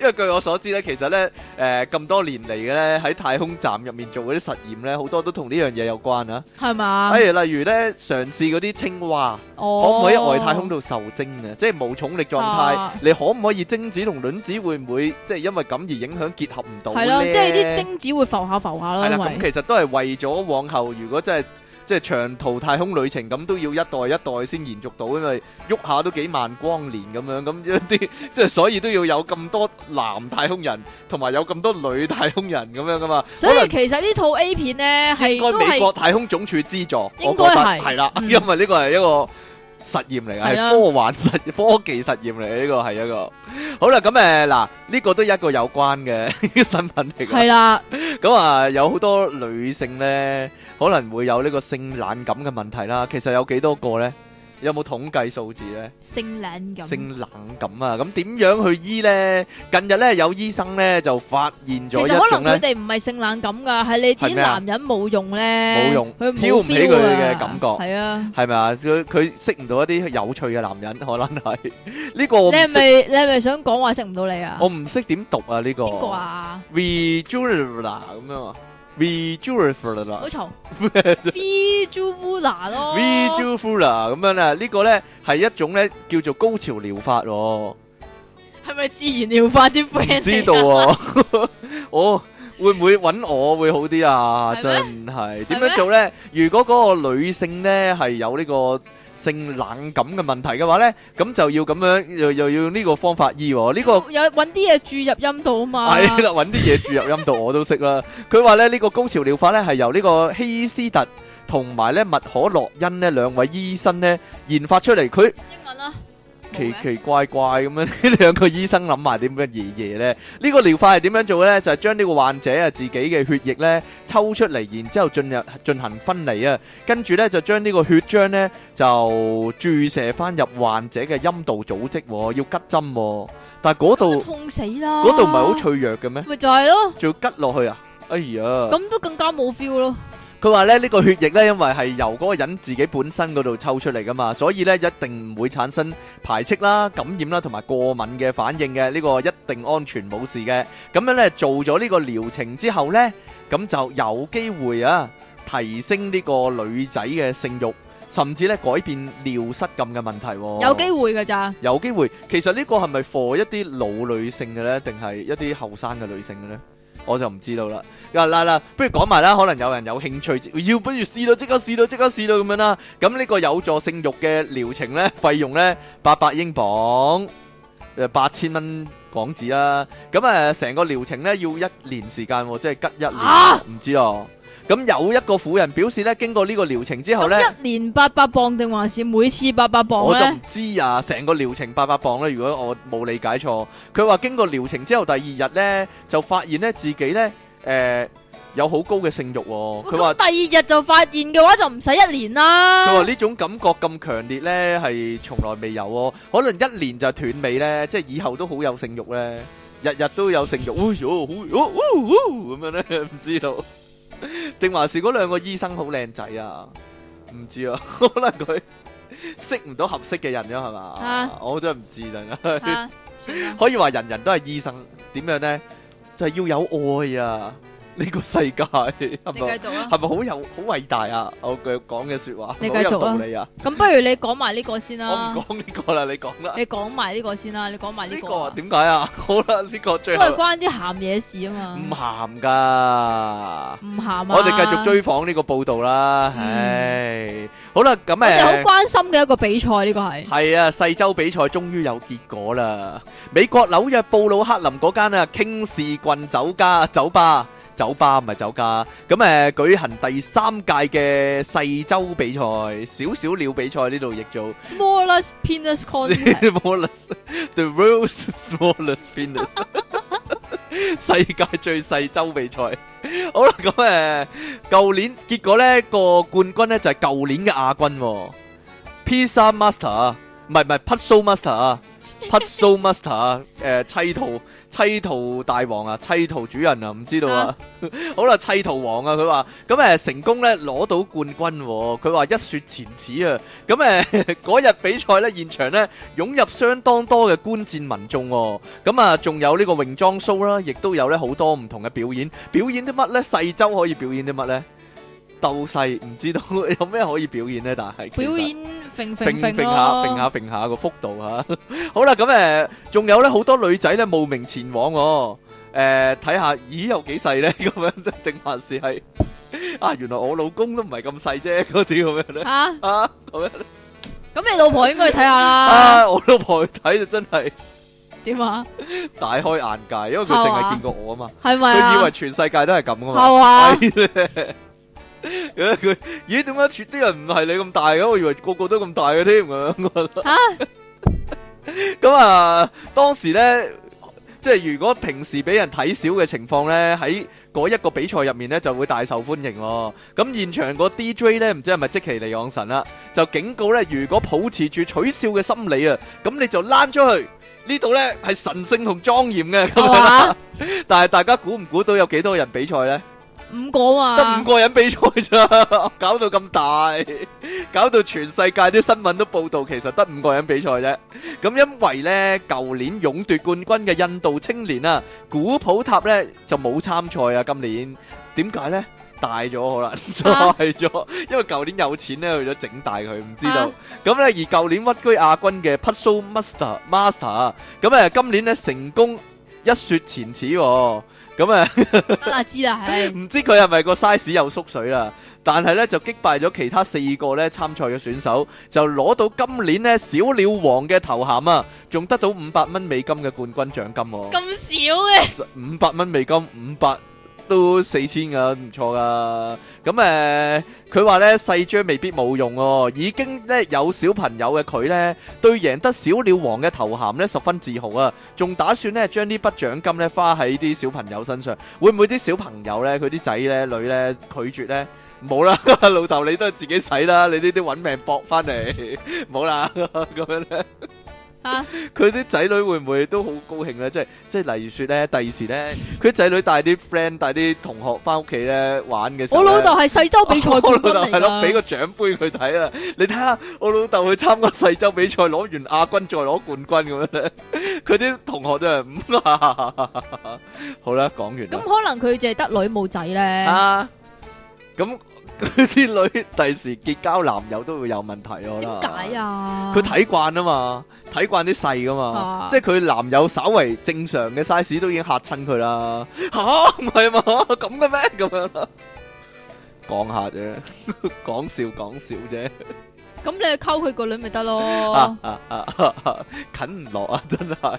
S1: 因為據我所知咧，其實咧誒咁多年嚟嘅咧喺太空站入面做嗰啲實驗咧，好多都同呢 樣嘢有關啊。
S2: 係嘛？
S1: 哎，例如咧嘗試嗰啲青蛙，可
S2: 哦，
S1: 唔可以喺外太空度受精啊？即係無重力狀態
S2: 啊，
S1: 你可唔可以精子同卵子會唔會即係因為咁而影響結合唔到
S2: 係咯，
S1: 咧
S2: 即係啲精子會浮下浮下咯，
S1: 係啦，
S2: 因
S1: 咁
S2: 為
S1: 其實都係為咗往後，如果真係即係長途太空旅程咁，都要一代一代先延續到，因為喐下都幾萬光年咁樣，咁一啲 即係所以都要有咁多男太空人，同埋有咁多女太空人咁樣噶嘛。
S2: 所
S1: 可能
S2: 以其實呢套 A 片咧係
S1: 應該
S2: 都
S1: 美
S2: 係
S1: 國太空總署資助，我
S2: 應
S1: 覺
S2: 該
S1: 得
S2: 係
S1: 係啦，
S2: 嗯
S1: 因為呢個係一個。實驗嚟嘅，
S2: 係啊
S1: 係
S2: 啦
S1: 科幻實科技實驗嚟嘅，呢個係一個。好啦，咁誒嗱，呢個都一個有關嘅 新聞嚟嘅。
S2: 係啦，
S1: 咁啊，有好多女性咧，可能會有呢個性冷感嘅問題啦。其實有幾多個咧？有冇統計數字咧？
S2: 性冷感
S1: 性冷感啊，咁點樣去醫咧？近日咧有醫生咧就發現
S2: 其
S1: 咗
S2: 實
S1: 一
S2: 可
S1: 種
S2: 能佢
S1: 咧
S2: 哋唔係性冷感噶，係你
S1: 係
S2: 啲
S1: 咩啊
S2: 男人冇用咧，
S1: 冇用
S2: 佢冇
S1: 挑唔起
S2: feel
S1: 佢
S2: 啊
S1: 嘅感覺
S2: 係啊，
S1: 係咪啊？佢佢識唔到一啲有趣嘅男人，可能係呢個
S2: 你
S1: 我唔
S2: 係咪
S1: 識，
S2: 你係咪想講話識唔到你啊
S1: 我？唔識點讀啊呢個。
S2: 邊個啊？
S1: Vijula 咁樣啊，Vijula
S2: 好嘈 v j u v u l a 咯
S1: v j u f u l a 咁樣啦，呢個咧係一種咧叫做高潮療法喎。
S2: 係咪自然療法啲 friend 嚟㗎
S1: 知道？ 喎，我會唔會揾我會好啲啊？
S2: 係咩
S1: 真係點
S2: 係咩
S1: 樣做呢？如果嗰個女性呢係有呢個性冷感嘅問題嘅話呢，咁就要咁樣又又要用呢個方法醫喎。呢、個
S2: 有搵啲嘢注入陰道啊嘛，
S1: 係啦，揾啲嘢注入陰道我都識啦。佢話咧呢個高潮療法咧係由呢個希斯特同埋咧麥可洛恩呢兩位醫生咧研發出嚟，佢
S2: 英文啦，
S1: 奇
S2: 冇嘅
S1: 奇怪怪咁樣， 呢兩個醫生諗埋啲乜嘢嘢咧？呢個療法係點樣做咧？就係將呢個患者啊自己嘅血液咧抽出嚟，然之後進入進行分離啊，跟住咧就將呢個血漿咧就注射翻入患者嘅陰道組織喎，要吉針喎。但係嗰
S2: 咁
S1: 度
S2: 就痛死啦，
S1: 嗰度唔係好，脆弱嘅咩？
S2: 咪就係咯，
S1: 仲要吉落去啊！哎呀，
S2: 咁都更加冇 feel 咯，
S1: 佢話咧呢個血液咧，因為係由嗰個人自己本身嗰度抽出嚟噶嘛，所以咧一定唔會產生排斥啦、感染啦同埋過敏嘅反應嘅，呢個一定安全冇事嘅。咁樣咧做咗呢個療程之後咧，咁就有機會啊提升呢個女仔嘅性慾，甚至咧改變尿失禁嘅問題喎。
S2: 有機會噶咋，
S1: 有機會，其實呢個係咪 for 一啲老女性嘅呢？定係一啲後生嘅女性嘅呢？我就唔知道啦。嗱嗱嗱，不如講埋啦，可能有人有興趣，要不如試到即刻試到即刻試到咁樣啦。咁呢個有助性慾嘅療程呢，費用呢，八百英鎊，誒八千蚊港紙啦。咁誒成個療程呢，要一年時間喎，即係吉一年，唔、
S2: 啊
S1: 知啊。咁有一個婦人表示呢，經過呢個療程之後呢。
S2: 咁一年八百磅定還是每次八百磅
S1: 我就
S2: 咧
S1: 唔？知啊，成個療程八百磅咧，如果我冇理解錯，佢話經過療程之後第二日咧，就發現咧自己咧誒、呃有好高嘅性慾喎、
S2: 喂
S1: 佢
S2: 咁
S1: 話
S2: 第二日就發現嘅話就唔使一年啦，
S1: 佢話呢種感覺咁強烈咧，係從來未有喎、可能一年就斷尾咧，即係以後都好有性慾咧，日日都有性慾，哎呦，好哦哦哦咁樣咧，唔知道，定還是嗰兩個醫生好靚仔啊？ 唔知啊， 可能佢識唔到合適嘅人啫，係嘛？
S2: 啊
S1: 我真係唔知啦，真係
S2: 啊算啦
S1: 可以話人人都係醫生，點樣咧？就係、要有愛啊！呢、個世界
S2: 你
S1: 係咪？
S2: 繼續啊啦。
S1: 係咪好有好偉大啊？我嘅講嘅说話，
S2: 你
S1: 好有
S2: 繼續啊
S1: 道理啊！
S2: 咁不如你講埋呢個先
S1: 我唔
S2: 啦，
S1: 講呢個啦，你講啦。
S2: 你講埋呢個先啦，你講埋呢
S1: 呢
S2: 個
S1: 個啊
S2: 啊，
S1: 點解啊？ 好啦，呢個
S2: 都
S1: 最
S2: 係
S1: 後
S2: 關啲鹹嘢事啊
S1: 唔
S2: 嘛，
S1: 鹹噶。
S2: 唔鹹啊！
S1: 我哋繼續，追訪呢個報導啦。
S2: 嗯
S1: 唉，好啦，咁
S2: 我哋好
S1: 誒。
S2: 關心嘅一個比賽呢個係，
S1: 係啊，四周比賽終於有結果啦！美國紐約布魯克林嗰間啊傾士棍酒家酒吧。酒吧唔係酒家，咁誒、呃、舉行第三屆嘅細洲比賽，小小鳥比賽呢度譯做
S2: smallest penis contest，
S1: smallest the world's smallest penis，世界最細洲比賽。好啦，咁誒舊年結果呢個冠軍呢就係、舊年嘅亞軍、喎 Pizza Master 啊唔係唔係 Puzzle Master 啊 Puzzle Master 啊誒、砌圖砌圖大王啊，砌圖主人啊，唔知道啊。好啦，砌圖王啊，佢話咁誒成功咧攞到冠軍、喎。佢話一雪前恥啊，咁誒嗰日比賽咧現場咧湧入相當多嘅觀戰民眾、喎。咁啊仲有呢個泳裝 show 啦，亦都有咧好多唔同嘅表演，表演啲乜咧？細洲可以表演啲乜咧？鬥勢唔知道 有咩可以表演咧，但係其實
S2: 表演揈
S1: 揈
S2: 揈
S1: 揈
S2: 揈
S1: 下，揈下
S2: 咯，
S1: 揈下個幅度吓。 好啦，咁誒，仲有咧好多女仔咧慕名前往喎。誒，睇下，咦，有幾細咧？ 咁樣定還是係啊？原來我老公都唔係咁細啫，嗰啲咁樣咧
S2: 吓，
S1: 啊，咁樣
S2: 咁你老婆應該去睇下啦，
S1: 啊，我老婆去睇就真係
S2: 點啊？
S1: 大開眼界，因為佢淨係見過我啊嘛，
S2: 係咪啊？
S1: 佢以為全世界都係咁噶嘛。
S2: 係啊？
S1: 係咧 佢咦？點解全啲人唔係你咁大嘅？我以為個個都咁大嘅添咁樣。
S2: 吓，
S1: 咁啊，當時咧，即係如果平時俾人睇少嘅情況咧，喺嗰一個比賽入面咧就會大受歡迎喎。咁現場個 DJ 咧，唔知係咪即其尼昂神啦，就警告咧，如果抱持住取笑嘅心理啊，咁你就躝出去。呢度咧係神聖同莊嚴嘅咁樣啦， 但係大家估唔估到有幾多人比賽咧？
S2: 五個 啊
S1: 得五
S2: 嘛，
S1: 個人比賽咋，搞到咁大，搞到全世界啲新聞都報道，其實得五個人比賽啫。咁因為呢，舊年勇奪冠軍嘅印度青年啊，古普塔呢就冇參賽啊，今年點解呢？大咗可能
S2: 啊
S1: 大咗，因為舊年有錢呢，去咗整大佢，唔知道
S2: 啊。
S1: 咁呢，而舊年屈居亞軍嘅 Puzzle Master Master 啊，咁誒今年呢成功一雪前恥喎。咁啊。
S2: 得啦，知啦，唉，
S1: 唔知佢係咪個 size 有縮水啦，但係咧就擊敗咗其他四個咧參賽嘅選手，就攞到今年咧小鳥王嘅頭銜啊，仲得到五百蚊美金嘅冠軍獎金喎、
S2: 咁少嘅，
S1: 五百蚊美金五百。都四千噶，唔錯噶。咁誒，呃佢話咧細張未必冇用哦，已經咧有小朋友嘅佢咧，對贏得小鳥王嘅頭銜咧十分自豪啊，仲打算咧將呢筆獎金咧花喺啲小朋友身上。會唔會啲小朋友咧，佢啲仔咧、女咧拒絕咧？冇啦， 老豆你都係自己使啦，你呢啲揾命搏翻嚟，冇啦咁樣咧。
S2: 啊
S1: 佢啲仔女會唔會都好高興咧？即係即係例如説咧，第二時咧，佢啲仔女帶啲 friend 帶啲同學翻屋企咧玩嘅時候
S2: 我
S1: 呢
S2: 老豆係細洲比賽
S1: 我
S2: 冠
S1: 老豆
S2: 軍嚟
S1: 係咯，俾
S2: 噶，
S1: 個獎杯佢睇啊！你睇下我老豆去參加世洲比賽，攞完亞軍再攞冠軍咁樣咧，佢啲同學都係咁啊！好啦，講完
S2: 咁
S1: 啦
S2: 可能佢就係得女冇仔咧，
S1: 啊，咁佢啲女第時結交男友都會有問題我
S2: 點
S1: 啦。
S2: 解啊？
S1: 佢睇慣啊嘛，睇慣啲細噶嘛
S2: 啊，
S1: 即係佢男友稍為正常嘅 size 都已經嚇親佢啦。吓唔係嘛？咁嘅咩？咁樣啦，講下啫， 講笑講笑啫。
S2: 咁你去溝佢個女咪得咯
S1: 啊？啊啊
S2: 哦
S1: 啊！啃唔落啊，真係。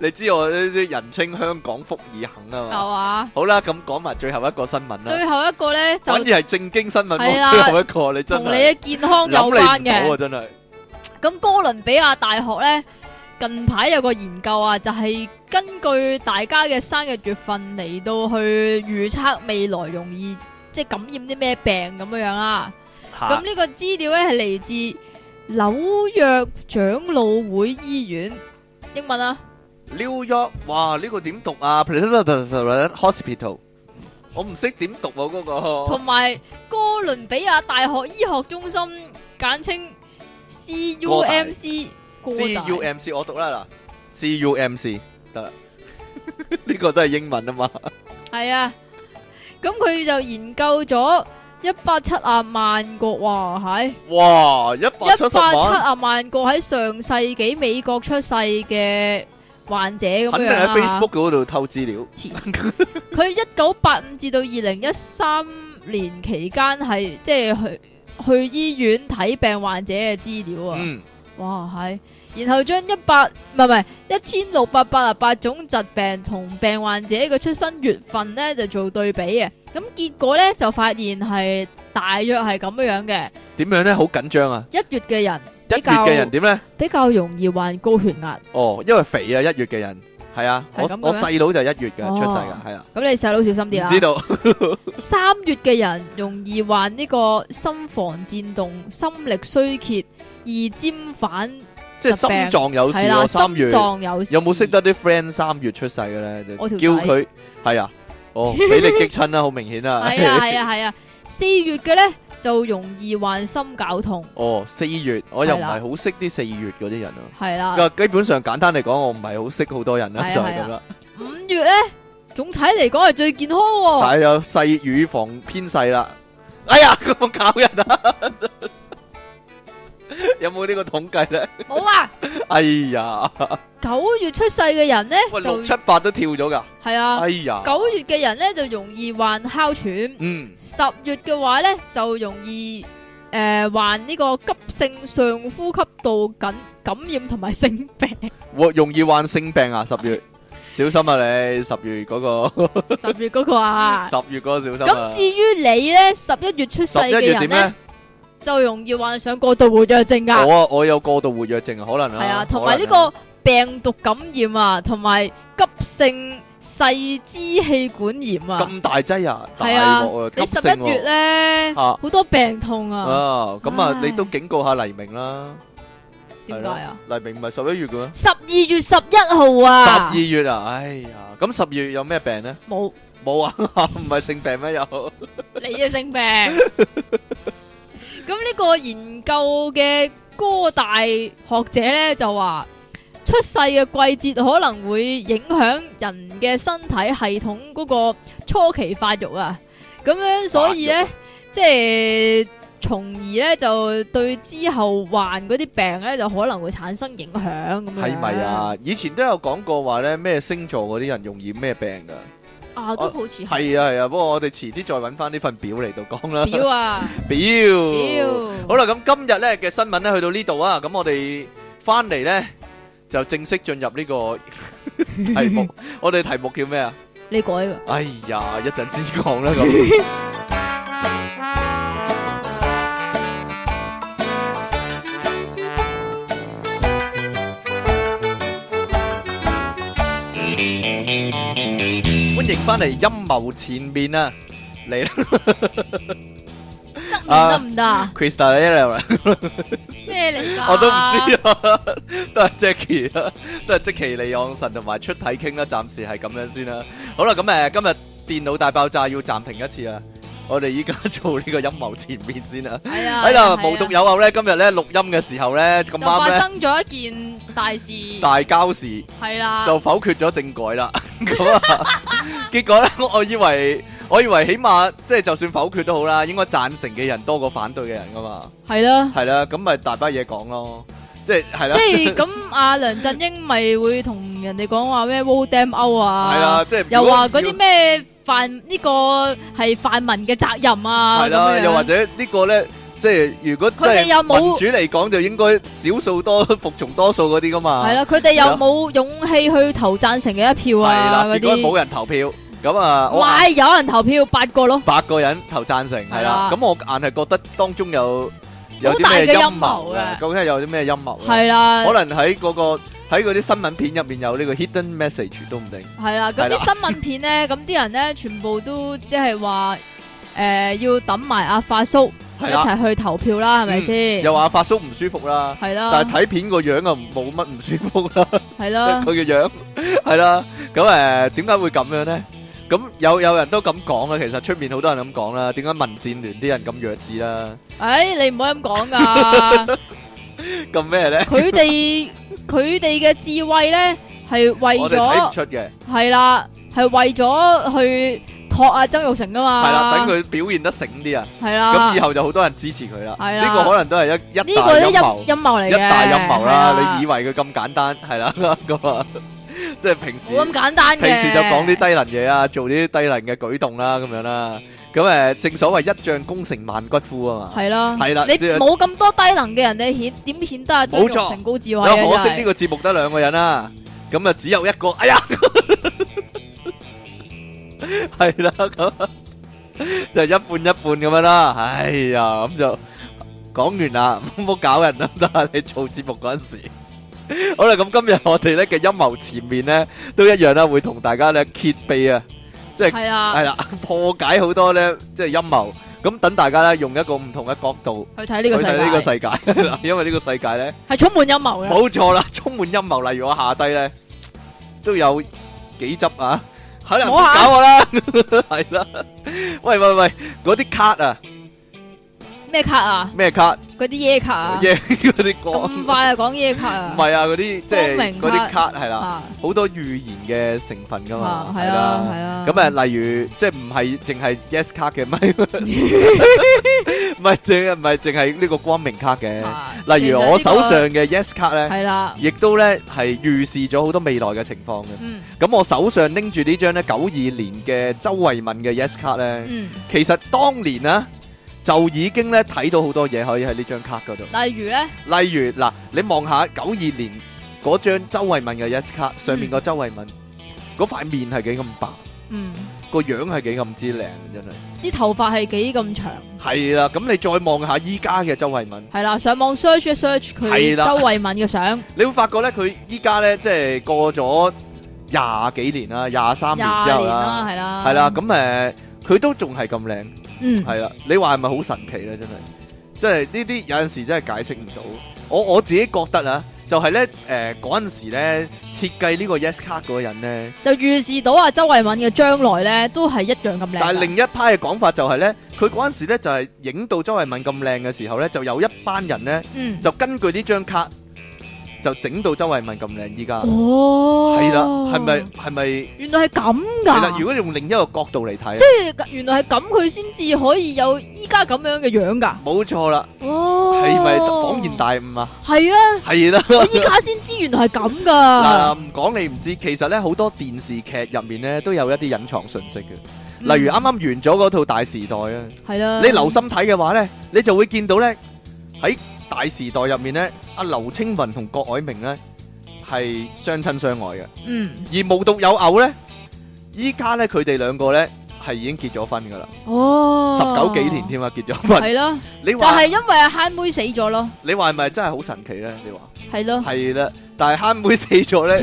S1: 你知我呢啲人稱香港福爾肯啊
S2: 係
S1: 嘛。
S2: 嘛？
S1: 好啦，咁講埋最後一個新聞啦，
S2: 哦最後一個咧就
S1: 反而係正經新聞
S2: 係
S1: 喎。
S2: 啦
S1: 最後一個你真
S2: 同你
S1: 係
S2: 嘅健康有
S1: 諗
S2: 關
S1: 你唔到啊，
S2: 嘅。
S1: 真係。
S2: 咁哥倫比亞大學咧近排有個研究啊，就係、根據大家嘅生日月份嚟到去預測未來容易即係感染啲咩病咁樣樣啦。咁
S1: 嚇
S2: 呢個資料咧係嚟自紐約長老會醫院，英文啊，
S1: New York，哇！呢、個點讀啊 p r e s i d e n Hospital，我唔識點讀喎、嗰、
S2: 同埋哥倫比亞大學醫學中心，簡稱 CUMC
S1: 個
S2: 哥
S1: C
S2: 大
S1: U M C，我讀啦嗱，C U M C 得 啦，呢個都係英文啊嘛，
S2: 系啊，咁佢就研究咗一百七啊萬個，哇，係
S1: 哇！一百七
S2: 一
S1: 十
S2: 百七
S1: 萬，
S2: 啊萬個喺上世紀美國出世嘅患者咁
S1: 肯定
S2: 樣
S1: 喺
S2: 啦
S1: Facebook 嗰度偷資料，
S2: 黐線佢一九八五至到二零一三年期間係即係去去醫院睇病患者嘅資料啊。
S1: 嗯，
S2: 哇，係，然後將一百唔係唔係一千六百八十八種疾病同病患者嘅出生月份咧就做對比嘅，咁結果咧就發現係大約係咁樣樣嘅，
S1: 點樣咧？好緊張啊！
S2: 一月嘅人
S1: 一
S2: 比
S1: 月嘅人
S2: 較
S1: 點咧？
S2: 比較容易患高血壓，
S1: 哦，因為肥啊，一月嘅人係啊，我
S2: 係咁嘅咩
S1: 我細佬就係一月嘅
S2: 哦
S1: 出世嘅，係啊，
S2: 咁你細佬小心啲
S1: 唔
S2: 啦。
S1: 知道
S2: 三月嘅人容易患呢個心房顫動、心力衰竭、易尖反，
S1: 即係心臟有事
S2: 係啦，
S1: 喎，
S2: 心
S1: 三月。
S2: 臟有事
S1: 有冇識？得啲 friend 三月出世嘅咧？就
S2: 我條仔
S1: 叫佢係啊， 哦，俾你激親啦，好明顯啊。
S2: 係 啊係啊係啊，四月嘅咧就容易患心絞痛。
S1: 哦，四月我又唔
S2: 係啦
S1: 係好識啲四月嗰啲人啊。
S2: 系啦，
S1: 咁基本上簡單嚟講，我唔係好識好多人啦，
S2: 係啊
S1: 就係咁啦。
S2: 五月咧總體嚟講係最健康
S1: 但
S2: 喎，
S1: 係有細乳房偏細啦。哎呀， 咁我搞人啊！ 有冇呢個統計咧？
S2: 冇啊！
S1: 哎呀，
S2: 九月出世嘅人咧
S1: 喂，
S2: 就
S1: 六七八都跳咗㗎。
S2: 係啊，
S1: 哎呀，
S2: 九月嘅人咧就容易患哮喘，
S1: 嗯，
S2: 十月嘅話咧就容易诶、呃患呢個急性上呼吸道感感染同埋性 病。
S1: 喎容易患性病啊！十月小心啊你，十月嗰個，
S2: 十月嗰個啊，
S1: 十月嗰個小心啊
S2: 咁！至於你咧十一月出世
S1: 十一
S2: 嘅
S1: 月
S2: 人
S1: 點咧
S2: 咧？就容易患上過度活躍症噶。
S1: 我我有過度活躍症啊，可能啊，
S2: 系啊，同
S1: 可
S2: 埋
S1: 能
S2: 呢
S1: 啊
S2: 個病毒感染啊，同埋急性細支氣管炎啊，
S1: 咁大劑啊，大
S2: 係啊
S1: 鑊啊，
S2: 你
S1: 急
S2: 十
S1: 性
S2: 一
S1: 喎
S2: 月咧
S1: 啊
S2: 好多病痛啊，
S1: 啊，咁啊，
S2: 唉
S1: 你都警告下黎明啦，
S2: 點解啊？
S1: 黎明唔係十一月嘅咩？
S2: 十二月十一號
S1: 十
S2: 啊
S1: 二，月啊，哎呀，咁十二月有咩病咧？
S2: 冇
S1: 冇啊， 唔係性病咩？有
S2: 你嘅性 病。咁呢個研究嘅哥大學者咧就話，出世嘅季節可能會影響人嘅身體系統嗰個初期發育啊，咁樣所以
S1: 發育
S2: 咧
S1: 啊，
S2: 即係從而咧就對之後患嗰啲病咧就可能會產生影響咁樣。
S1: 係咪？啊？以前都有講過話咧，咩星座嗰啲人容易咩病 㗎？
S2: 啊，都好似係
S1: 係啊係啊，不過我哋遲啲再揾翻呢份表嚟到講啦。
S2: 表啊，
S1: 表
S2: 表。
S1: 好啦，咁今日咧嘅新聞咧去到呢度啊，咁我哋翻嚟咧就正式進入呢個 題目。我哋題目叫咩啊？
S2: 你改㗎
S1: 哎呀，一陣先講啦咁。歡迎翻嚟陰謀前面啊，嚟啦
S2: 側面得唔得 啊？
S1: ，Krista 你嚟啦。
S2: 咩嚟㗎？
S1: 我都唔知啊， 都係 Jackie 啦，都係即其利昂神同埋出體傾啦，暫時係咁樣先啦。好啦，咁誒今日電腦大爆炸要暫停一次啊，我哋依家 做呢個陰謀前面先啦。
S2: 係啊，
S1: 喺
S2: 係啊
S1: 度無獨有偶咧，今日咧錄音嘅時候咧咁
S2: 就發
S1: 啱咧
S2: 生咗一件大事，
S1: 大交時
S2: 係啦，
S1: 就否決咗政改啦， 咁啊，結果咧 我以為我以為起碼即係就算否決都好啦，應該贊成嘅人多過反對嘅人噶嘛，
S2: 係 啦。
S1: 係啦，咁咪大把嘢講咯，即係係啦
S2: 即。係咁，阿梁振英咪會同人哋講話咩 w o damn out 啊，
S1: 係啦，即係
S2: 又
S1: 如果
S2: 話嗰
S1: 要
S2: 啲咩泛呢個係泛民嘅責任啊，
S1: 係啦，
S2: 咁樣
S1: 又或者呢個咧，即係如果
S2: 佢哋
S1: 真係
S2: 有冇
S1: 民主嚟講，就應該少數多服從多數嗰啲噶嘛。
S2: 係啦，佢哋有冇勇氣去投贊成嘅一票
S1: 係
S2: 啊？
S1: 啦，
S2: 嗰
S1: 結果
S2: 啲
S1: 冇人投票，咁啊，
S2: 唔
S1: 我
S2: 係有人投票八個咯，
S1: 八個人投贊成，係啦
S2: 啦，
S1: 咁我硬係覺得當中有有啲
S2: 好大
S1: 咩
S2: 嘅
S1: 陰
S2: 陰
S1: 謀
S2: 謀
S1: 啊
S2: 嘅
S1: 究竟係有啲咩陰謀咧？
S2: 係啊啦，
S1: 可能喺嗰個喺嗰啲新聞片入面有呢個 hidden message 都唔定。
S2: 係啦。咁
S1: 係啦
S2: 啲新聞片咧，咁啲人咧全部都即係話誒要揼埋阿發叔一
S1: 係啦，
S2: 齊去投票啦，係咪
S1: 嗯
S2: 先？
S1: 又話發叔唔舒服啦，
S2: 係
S1: 但
S2: 啦，
S1: 係睇片個樣啊冇乜唔舒服啦。
S2: 係啦，
S1: 佢嘅樣係啦，咁誒點解會咁樣咧？咁有有人都咁講啦，其實出面好多人咁講啦，點解民戰聯啲人咁弱智啦？
S2: 誒你唔好咁講㗎。
S1: 咁咩咧？
S2: 佢哋佢哋嘅智慧咧，係為
S1: 我哋睇唔
S2: 咗
S1: 出嘅，
S2: 係啦，係為咗去托阿曾玉成噶嘛，
S1: 係啦，等佢表現得醒啲啊，
S2: 係啦，
S1: 咁以後就好多人支持佢啦。
S2: 係
S1: 呢
S2: 啦
S1: 個可能都係一一
S2: 呢
S1: 大
S2: 個都
S1: 陰
S2: 陰
S1: 謀，
S2: 陰謀嚟
S1: 一
S2: 嘅，
S1: 大陰謀
S2: 係啊
S1: 啦！你以為佢咁簡單係 啦？咁啊，即係平時
S2: 冇咁簡單嘅，
S1: 平時就講啲低能嘢啊，做啲低能嘅舉動啦，咁樣啦。咁誒，正所謂一將功成萬骨枯啊嘛。
S2: 係啦，
S1: 係啦
S2: 你
S1: 即係
S2: 冇咁多低能嘅人，你顯點顯得阿曾
S1: 冇
S2: 玉
S1: 錯
S2: 成高智
S1: 有
S2: 慧啊？
S1: 可惜
S2: 真係
S1: 呢個節目得兩個人啦，咁啊只有一個，哎 呀，係啦，咁就一半一半咁樣啦，哎呀，咁就講完 啦，唔好搞人啦，得啊你做節目嗰陣時。好啦，咁今日我哋咧嘅陰謀前面咧都一樣啦，會同大家咧揭秘啊，即係
S2: 係啊
S1: 係， 啦，破解好多咧即係陰謀，咁等大家咧用一個唔同嘅角度
S2: 去睇呢
S1: 去
S2: 個世
S1: 睇呢個
S2: 界
S1: 世 界，係啦因為呢個世界咧。
S2: 係充滿陰謀嘅，
S1: 冇錯啦， 充滿陰謀。例如我下低咧都有幾執啊， 可能唔
S2: 摸下
S1: 搞我啦，係啦。 喂喂喂，嗰啲卡啊，
S2: 咩卡啊？
S1: 咩卡？
S2: 嗰啲耶卡啊？
S1: 耶嗰啲歌，
S2: 咁快就講耶卡
S1: 唔
S2: 啊？
S1: 係啊，嗰啲即係
S2: 光明
S1: 嗰
S2: 卡
S1: 啲卡係啦，
S2: 啊
S1: 好多預言嘅成分噶嘛
S2: 啊，
S1: 係
S2: 係啊係
S1: 啦。
S2: 啊，
S1: 咁啊，例如即係唔係淨係 yes 卡嘅，唔係唔係淨唔係淨係呢個光明卡嘅。
S2: 啊
S1: 例如我
S2: 其實
S1: 手
S2: 呢個
S1: 上嘅 yes 卡咧，
S2: 係啦，
S1: 亦都咧係預示咗好多未來嘅情況嘅。
S2: 嗯
S1: 咁我手上拎住呢張咧九二年嘅周慧敏嘅 Yes 卡咧，
S2: 嗯，
S1: 其實當年啊就已經咧睇到好多嘢可以喺呢張卡嗰度。
S2: 例如咧，
S1: 例如嗱，你望下九二年嗰張周慧敏嘅 Yes 卡上面個周慧敏嗰塊面係幾咁白，
S2: 嗯，
S1: 個樣係幾咁之靚，真係。
S2: 啲頭髮係幾咁長，
S1: 係啦，咁你再望下依家嘅周慧敏，
S2: 係啦，上網 search 一 search
S1: 係
S2: 佢
S1: 啦
S2: 周慧敏嘅相，
S1: 你會發覺咧佢依家咧即係過咗廿幾年啦，廿三
S2: 廿
S1: 年之後
S2: 年啦，
S1: 啦，
S2: 係啦，
S1: 係啦，咁誒佢都仲係咁靚。
S2: 嗯，
S1: 係啦，你話係咪好神奇咧？真係，即係呢啲有陣時真係解釋唔到。我我自己覺得啊，就係咧誒嗰陣時咧設計呢個 Yes 卡嗰個人咧，
S2: 就預示到啊周慧敏嘅將來咧都係一樣咁靚㗎，
S1: 但係另一派嘅講法就係咧，佢嗰陣時咧就係影到周慧敏咁靚嘅時候咧，就有一班人咧
S2: 嗯
S1: 就根據呢張卡就整到周慧敏咁靚。依家
S2: 哦，
S1: 啊係啦，係咪係咪
S2: 原來係咁
S1: 係啦？
S2: 㗎
S1: 如，果用另一個角度嚟睇
S2: 即，係原來係咁，佢先至可以有依家咁樣嘅樣㗎。
S1: 冇錯啦，
S2: 哦，
S1: 係咪恍然大悟啊？
S2: 係啦，
S1: 係啦。
S2: 我依家先知原來係咁㗎。
S1: 嗱，唔講你唔知，其實咧好多電視劇入面咧都有一啲隱藏信息嘅，
S2: 嗯
S1: 例如啱啱完咗嗰套《大時代》啊，
S2: 係啦，
S1: 你留心睇嘅話咧，你就會見到咧喺《大時代》入面咧，阿劉青雲同郭藹明咧係相親相愛嘅，
S2: 嗯，
S1: 而無獨有偶咧，依家咧佢哋兩個咧係已經結咗婚噶啦，十
S2: 哦，
S1: 九幾年添啊，結咗婚。
S2: 係啦，
S1: 你
S2: 就
S1: 話
S2: 係因為阿慳妹死咗咯，
S1: 你話係咪真係好神奇咧？你話？
S2: 係咯，
S1: 系啦，但系慳妹死咗 咧，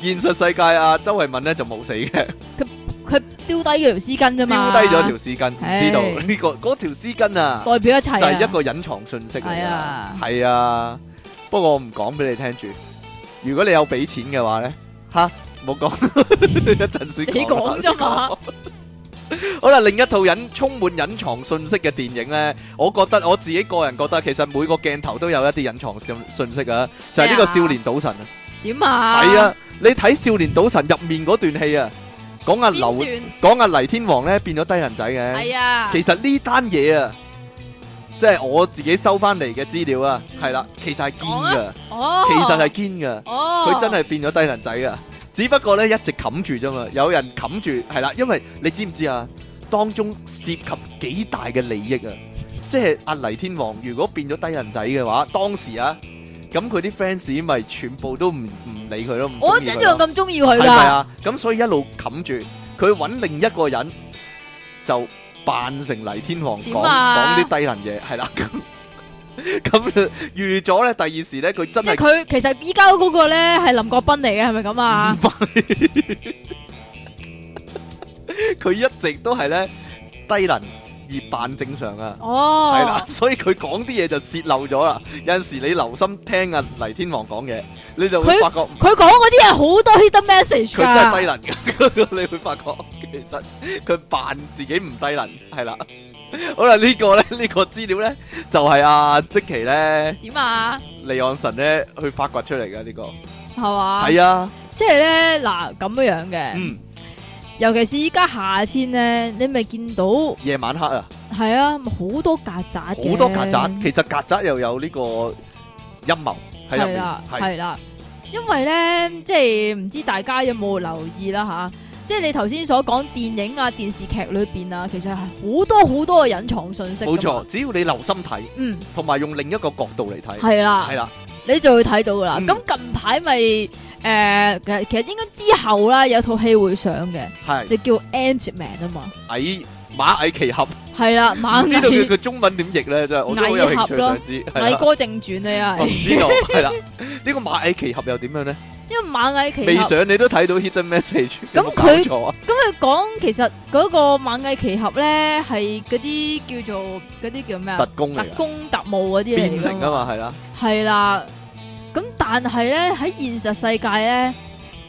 S1: 現實世界啊，周慧敏咧就冇死嘅，丟
S2: 佢丟低咗條絲巾啫
S1: 低
S2: 嘛，
S1: 咗條絲巾，唔知道
S2: 唉
S1: 呢個嗰條絲巾啊，
S2: 代表一切
S1: 就
S2: 啊，
S1: 係一個隱藏信息嚟
S2: 係
S1: 㗎，
S2: 啊，
S1: 係啊，不過我唔講俾你聽住，如果你有俾錢嘅話咧，吓冇講， 一陣先
S2: 你
S1: 講啦
S2: 講啫嘛。
S1: 好啦，另一套隱充滿隱藏信息嘅電影呢，我覺得我自己個人覺得，其實每個鏡頭都有一啲隱藏信信息啊，就係呢個
S2: 咩啊
S1: 少年賭神啊。
S2: 點啊？
S1: 係啊，你睇《少年賭神》入面嗰段戲啊，講阿
S2: 邊
S1: 劉
S2: 段
S1: 講阿黎天王咧變咗低能仔嘅。
S2: 係啊，
S1: 其實呢單嘢啊，即係我自己收翻嚟嘅資料啊，
S2: 嗯
S1: 係啦，其實係
S2: 講
S1: 堅
S2: 啊
S1: 噶，
S2: 哦，
S1: 其實係堅噶，
S2: 哦，
S1: 佢真係變咗低能仔噶。只不過咧一直冚住啫嘛，有人冚住係啦，因為你知唔知啊？當中涉及幾大嘅利益啊！即係阿黎天王如果變咗低能仔嘅話，當時啊，咁佢啲 fans 咪全部都唔唔理佢咯，唔
S2: 我
S1: 中
S2: 一
S1: 意佢咯
S2: 樣。咁中意佢
S1: 係咪
S2: 㗎，
S1: 啊？咁所以一路冚住，佢揾另一個人就扮成黎天王
S2: 點
S1: 講
S2: 啊
S1: 講啲低能嘢，係啦。咁 咁預咗咧，第二時咧佢真
S2: 即係
S1: 係
S2: 佢其實依家嗰個咧係林國斌嚟嘅，係咪咁啊？
S1: 佢一直都係咧低能而扮正常啊。
S2: 哦，
S1: 係啦， 所以佢講啲嘢就泄漏咗啦。有陣時你留心聽啊黎天王講嘢，你就會
S2: 佢
S1: 發覺。
S2: 佢講嗰啲係好多 hidden message
S1: 佢真係
S2: 㗎，
S1: 低能嘅，你會發覺其實佢扮自己唔低能，係啦。好啦，呢個咧，呢個資料咧，就係啊阿積奇咧，
S2: 點啊？
S1: 利昂神咧去發掘出嚟嘅呢個，
S2: 係嘛？
S1: 係啊，
S2: 即係咧嗱咁樣樣嘅，
S1: 嗯，
S2: 尤其是依家夏天咧，你咪見到
S1: 夜晚黑啊，
S2: 係啊，咪好多曱甴
S1: 好
S2: 嘅
S1: 多曱甴，其實曱甴又有呢個陰謀喺入
S2: 係
S1: 面
S2: 啦，，
S1: 係
S2: 係啦，因為咧，即係唔知大家有冇留意啦吓，即係你頭先所講電影啊、電視劇裏邊啊，其實係好多好多嘅隱藏信息。
S1: 冇錯，，只要你留心睇，
S2: 嗯，
S1: 同埋用另一個角度嚟睇，
S2: 係啦
S1: 係，啦，
S2: 你就會睇到噶啦。
S1: 嗯
S2: 咁近排咪誒，其實其實應該之後啦，有套戲會上嘅，
S1: 係
S2: 就叫 Ant-Man 啊嘛，
S1: 蟻馬蟻奇 俠，
S2: 係啦，
S1: 唔
S2: 猛
S1: 知道佢
S2: 蟻
S1: 佢中文點譯咧，真係我都好有興趣想知，係啦哦
S2: 蟻。哥正傳啊，
S1: 我
S2: 又
S1: 唔
S2: 係
S1: 知道，係啦，呢個馬蚁奇俠又點樣咧？
S2: 因為猛蟻奇
S1: 未
S2: 俠。
S1: 上你都睇到 hidden
S2: 咁
S1: message，有
S2: 佢
S1: 冇搞錯啊
S2: 咁佢講其實嗰個猛蟻奇俠咧係嗰啲叫做嗰啲叫咩啊
S1: 特？工
S2: 特
S1: 嚟噶，
S2: 工特務嗰啲
S1: 變
S2: 嚟
S1: 成
S2: 噶
S1: 啊嘛，係啦，
S2: 係啦。咁但係咧喺現實世界咧，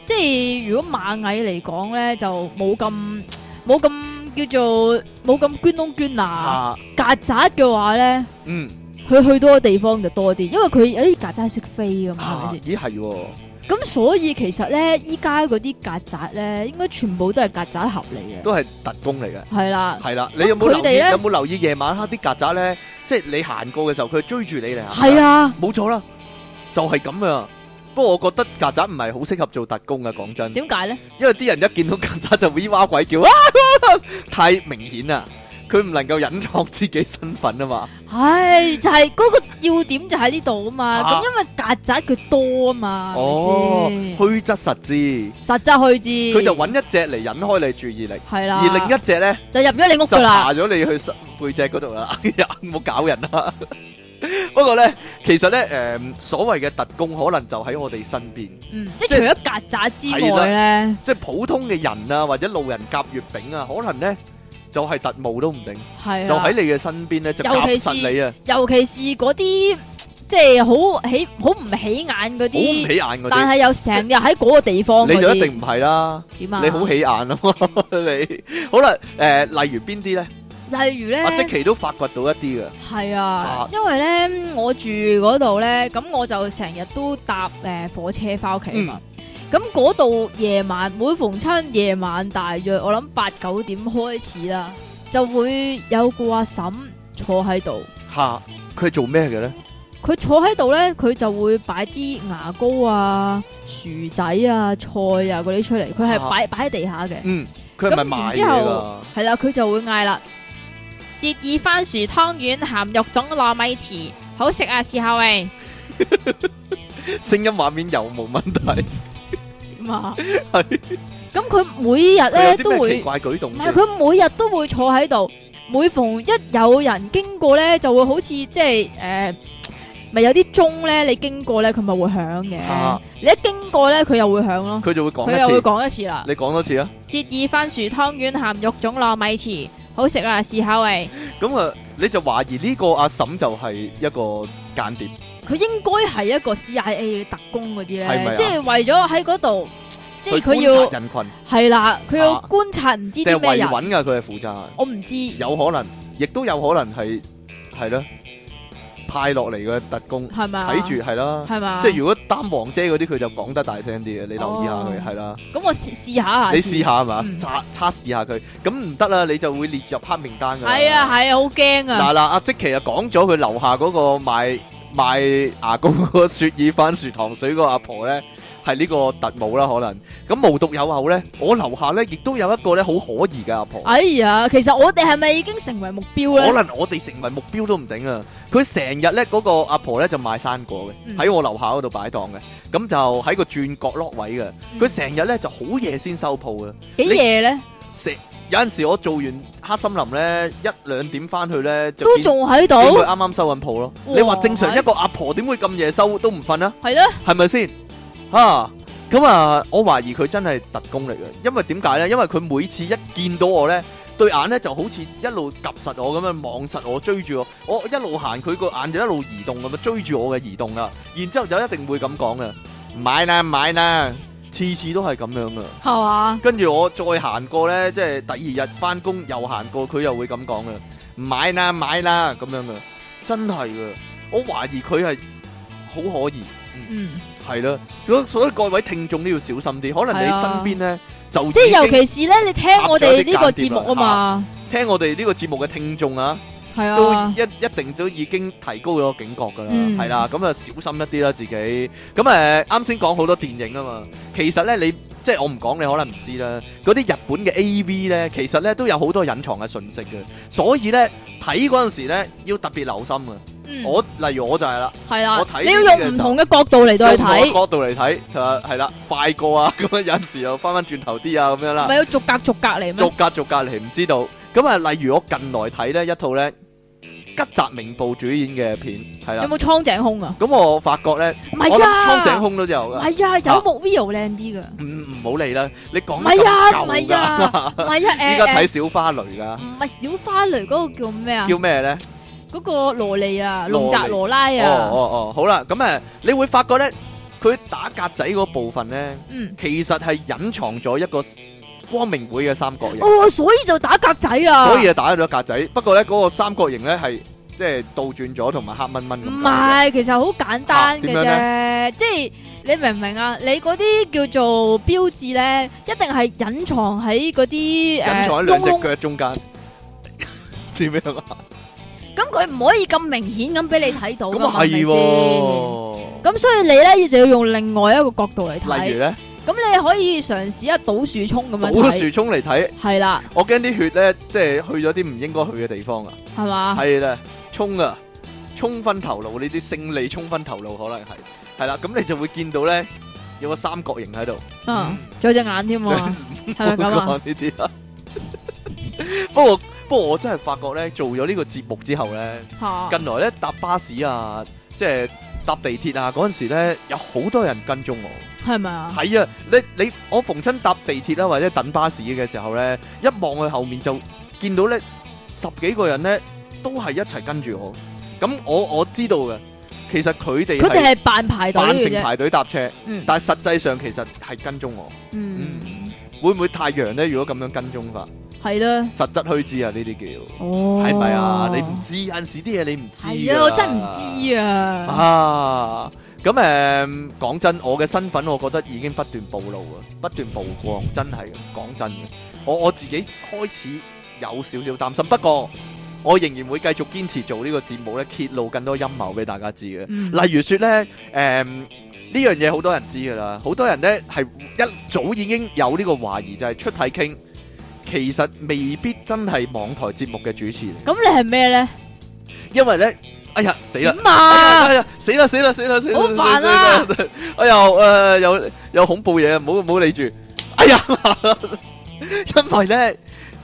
S2: 即係如果螞蟻嚟講咧，就冇咁冇咁叫做冇咁捐窿捐罅。
S1: 啊，
S2: 曱甴嘅話咧，
S1: 嗯，
S2: 佢去多嘅地方就多啲，因為佢有啲曱甴係識飛噶嘛，係咪
S1: 啊
S2: 先？
S1: 咦係喎，
S2: 咁所以其實咧，依家嗰啲曱甴咧，應該全部都係曱甴盒嚟嘅，
S1: 都係特工嚟嘅，
S2: 係啦，
S1: 係啦，你有冇留
S2: 佢哋
S1: 意？
S2: 呢
S1: 有冇留意夜晚黑啲曱甴咧？即係你行過嘅時候，佢追住你嚟行。
S2: 係，啊。
S1: 冇錯啦，就係咁啊。不過我覺得曱甴唔係好適合做特工啊，講真。
S2: 點解咧？
S1: 因為啲人一見到曱甴就 V 哇鬼叫，啊太明顯啦，佢唔能夠隱藏自己身份啊嘛。
S2: 唉，就係嗰個要點就喺呢度啊嘛。
S1: 啊
S2: 咁因為曱甴佢多啊嘛，
S1: 哦
S2: 係咪，先
S1: 虛則實之，
S2: 實質去至
S1: 佢就揾一隻嚟引開你注意力，
S2: 係啦，
S1: 而另一隻咧
S2: 就入咗你屋
S1: 就
S2: 噶啦。
S1: 爬咗你去膝背脊嗰度啦。 哎呀，唔好搞人啦。不過咧，其實咧，誒所謂嘅特工可能就喺我哋身邊，
S2: 嗯，即係
S1: 即
S2: 除
S1: 係
S2: 咗曱甴之外咧，
S1: 即係普通嘅人啊，或者路人甲月餅啊，可能咧就係特務都唔定，
S2: 係
S1: 就喺
S2: 啊，
S1: 你嘅身邊咧就
S2: 尤
S1: 夾
S2: 其是
S1: 實你啊，
S2: 尤其是嗰啲即係好起好唔起眼嗰
S1: 好唔起
S2: 啲，
S1: 眼嗰
S2: 但
S1: 啲。
S2: 係又成日喺嗰個地方
S1: 你
S2: 嗰
S1: 就一定
S2: 啲，
S1: 唔係啦，
S2: 點啊？
S1: 你好起眼啊嘛，你好啦，誒、例如邊啲咧？
S2: 例如咧
S1: 阿，即奇都發掘到一啲嘅，
S2: 係啊
S1: 啊，
S2: 因為咧我住嗰度咧，咁我就成日都搭誒火車翻屋企啊嘛。
S1: 嗯
S2: 咁嗰度夜晚每逢親夜晚，大約我諗八九點開始啦，就會有個阿嬸坐喺度。
S1: 吓佢係做咩嘅咧？
S2: 佢坐喺度咧，佢就會擺啲牙膏啊、薯仔啊、菜啊嗰啲出嚟，佢係
S1: 啊
S2: 擺擺喺地下嘅。
S1: 嗯，佢係咪
S2: 咁然
S1: 賣
S2: 之
S1: 嘢㗎
S2: 後？係啦，佢就會嗌啦，雪耳番薯湯圓鹹肉粽糯米糍，好食啊！試下喂，
S1: 聲音畫面又冇問題，
S2: 點啊？
S1: 係
S2: 咁佢每日
S1: 佢
S2: 咧
S1: 有
S2: 都
S1: 啲咩
S2: 會，
S1: 奇怪舉動
S2: 唔
S1: 先？
S2: 係佢每日都會坐喺度，每逢一有人經過咧，就會好似即係誒，咪、有啲鐘咧，你經過咧，佢咪會響嘅。
S1: 啊
S2: 你一經過咧，佢又會響咯，
S1: 佢就會
S2: 佢又會
S1: 講一次，
S2: 講一次啦。
S1: 你講多次啊！
S2: 雪耳番薯湯圓鹹肉粽糯米糍，好食啊！試下喂，
S1: 咁啊，你就懷疑呢個阿嬸就係一個間諜。
S2: 佢應該係一個 CIA 特工嗰啲咧，
S1: 係咪啊
S2: 即係為咗喺嗰度，即係
S1: 去
S2: 佢
S1: 觀
S2: 要
S1: 察人群
S2: 係啦，佢要
S1: 啊
S2: 觀察唔知
S1: 定係
S2: 啲咩
S1: 維
S2: 人，
S1: 穩㗎？佢係負責，
S2: 我唔知
S1: 有可能，亦都有可能係係咯派落嚟嘅特工
S2: 係咪啊
S1: 睇住係啦。
S2: 係啊嘛？
S1: 即係如果擔王姐嗰啲，佢就講得大聲啲嘅，你留意下佢
S2: 哦
S1: 係啦，
S2: 咁，我試試下下
S1: 你
S2: 次
S1: 試下係嘛，
S2: 嗯
S1: 測測試下佢，咁唔得啦，你就會列入黑名單㗎啦。
S2: 係啊係啊，好驚啊！
S1: 嗱嗱，阿即奇啊講咗佢樓下嗰個賣賣牙膏嗰個 雪耳番薯糖水嗰個阿婆咧，係呢個特務啦，可能咁無獨有偶咧，我樓下咧亦都有一個咧好可疑嘅阿婆，
S2: 哎呀，其實我哋係咪已經成為目標咧？
S1: 可能我哋成為目標都唔定啊！佢成日咧嗰個阿婆咧就賣生果
S2: 嗯
S1: 嘅，喺我樓下嗰度擺檔嘅，咁就喺個轉角落位嘅，
S2: 嗯
S1: 佢成日咧就好夜先收鋪嘅。
S2: 幾夜咧，
S1: 成有陣時我做完黑森林咧一兩點翻去咧就
S2: 都
S1: 見
S2: 仲喺
S1: 見佢
S2: 度，
S1: 啱啱收緊鋪咯。
S2: 哇
S1: 你話正常一個阿婆點會咁夜收都唔瞓啊？
S2: 係咯，
S1: 係咪先？啊，咁啊，我懷疑佢真係特工嚟嘅，因為點解呢？因為佢每次一見到我呢，對眼呢就好似一路及實我咁樣望實我，追住我，我一路行佢個眼就一路移動咁樣追住我嘅移動啊！然之後就一定會咁講嘅，買啦買啦，次次都係咁樣噶。
S2: 係嘛？
S1: 跟住我再行過呢，即係第二日翻工又行過，佢又會咁講嘅，買啦買啦咁樣嘅，真係嘅，我懷疑佢係好可疑，
S2: 嗯，
S1: 係啦，所所以各位聽眾都要小心啲，可能你
S2: 係啊
S1: 身邊呢，就
S2: 即係
S1: 已
S2: 尤其
S1: 經
S2: 是咧，你聽我哋呢個節目啊嘛，
S1: 聽我哋呢個節目嘅聽眾啊，
S2: 係
S1: 都
S2: 啊，
S1: 一一定都已經提高咗警覺㗎啦，
S2: 嗯
S1: 係啦，咁啊小心一啲啦自己。咁誒啱先講好多電影啊嘛，其實咧你即係我唔講你可能唔知啦，嗰啲日本嘅 A.V. 咧其實咧都有好多隱藏嘅信息嘅，所以咧睇嗰陣時咧要特別留心啊。
S2: 嗯，
S1: 我例如我就係啦，
S2: 係啦
S1: 我，睇
S2: 你要用唔同嘅角度嚟到去睇
S1: 用我。角度嚟睇就係係啦，快過啊， 咁啊有陣時又翻翻轉頭啲啊咁樣啦
S2: 唔。係要逐格逐格嚟
S1: 逐
S2: 咩？
S1: 格逐格嚟唔知道。咁啊，例如我近來睇呢一套呢吉澤明步主演嘅片，係
S2: 有
S1: 啦。
S2: 冇蒼井空啊？
S1: 咁我發覺呢，
S2: 唔
S1: 我
S2: 係
S1: 諗
S2: 啊，
S1: 蒼井空都有
S2: 唔
S1: 噶。
S2: 係啊，有木 Vio 靚啲噶，
S1: 唔唔好理啦，你講
S2: 唔
S1: 得
S2: 係啊，唔
S1: 咁舊
S2: 係
S1: 㗎，
S2: 啊，唔係啊，
S1: 依家
S2: 誒
S1: 睇小花蕾噶
S2: 誒，，唔係小花蕾嗰個叫咩啊？
S1: 叫咩呢？
S2: 嗰個羅莉啊，
S1: 羅莉
S2: 龍澤羅拉
S1: 哦
S2: 啊，
S1: 哦哦，好啦，咁誒，你會發覺呢，佢打格仔嗰部分呢，
S2: 嗯，
S1: 其實係隱藏咗一個光明會嘅三角形。
S2: 哦，所以就打格仔啊，
S1: 所以就打咗格仔，不過呢，嗰個三角形呢，係即係倒轉咗同埋黑蚊蚊咁
S2: 唔
S1: 樣嘅。
S2: 係，其實好簡單嘅啫，即係你明唔明啊？你嗰啲叫做標誌咧，一定係隱藏喺嗰啲
S1: 隱
S2: 誒
S1: 藏喺
S2: 窿
S1: 兩隻
S2: 窿，
S1: 腳中 間，點樣啊？
S2: 咁佢唔可以咁明顯咁俾你睇到㗎
S1: 咁
S2: 嘛，
S1: 啊係
S2: 係咪先？
S1: 喎。
S2: 咁所以你咧就要用另外一個角度嚟
S1: 例如
S2: 睇，
S1: 咧，
S2: 咁你可以嘗試一倒樹衝咁樣
S1: 倒
S2: 睇
S1: 樹，衝嚟睇，
S2: 係啦，
S1: 我驚啲血咧，即係去咗啲唔應該去嘅地方啊！
S2: 係嘛？
S1: 係啦，衝啊，衝昏頭腦呢啲勝利衝昏頭腦可能係係啦，咁你就會見到咧有個三角形喺度。
S2: 嗯，仲有隻眼 添啊， 係咪咁啊？
S1: 呢啲啦。不過不過我真係發覺咧，做咗呢個節目之後咧。
S2: 嚇，
S1: 近來咧搭巴士啊，即係搭地鐵啊，嗰陣時咧有好多人跟蹤我。
S2: 係咪啊？
S1: 係啊，你你我逢親搭地鐵啦、或者等巴士嘅時候咧，一望佢後面就見到咧十幾個人咧都係一齊跟住我。咁我我知道嘅，其實佢哋
S2: 佢哋
S1: 係
S2: 係扮排隊
S1: 扮成
S2: 嘅啫，
S1: 排隊搭車，
S2: 嗯
S1: 但係實際上其實係跟蹤我。
S2: 嗯，
S1: 會唔會太陽咧？如果咁樣跟蹤法，
S2: 系啦，
S1: 實質虛知啊，呢啲叫
S2: 哦，
S1: 係咪啊？你唔知有陣時啲嘢你唔知
S2: 系啊，我真唔
S1: 啊。
S2: 知啊，
S1: 啊，咁誒講真，我嘅身份我覺得已經不斷暴露啊，不斷曝光，真係講真嘅，我我自己開始有少少擔心，不過我仍然會繼續堅持做呢個節目咧，揭露更多陰謀俾大家知嘅。
S2: 嗯
S1: 例如說咧，誒、呢樣嘢好多人知噶啦，好多人咧係一早已經有呢個懷疑，就係、出體傾其實未必真係網台節目嘅主持嚟，
S2: 咁你系咩咧？
S1: 因為咧，哎呀死啦！
S2: 点
S1: 哎呀
S2: 啊？
S1: 哎呀死啦死啦死啦死啦！
S2: 好煩啊
S1: 死啦！死啦哎呀誒有有恐怖嘢，唔好唔好理住。哎呀， 因為咧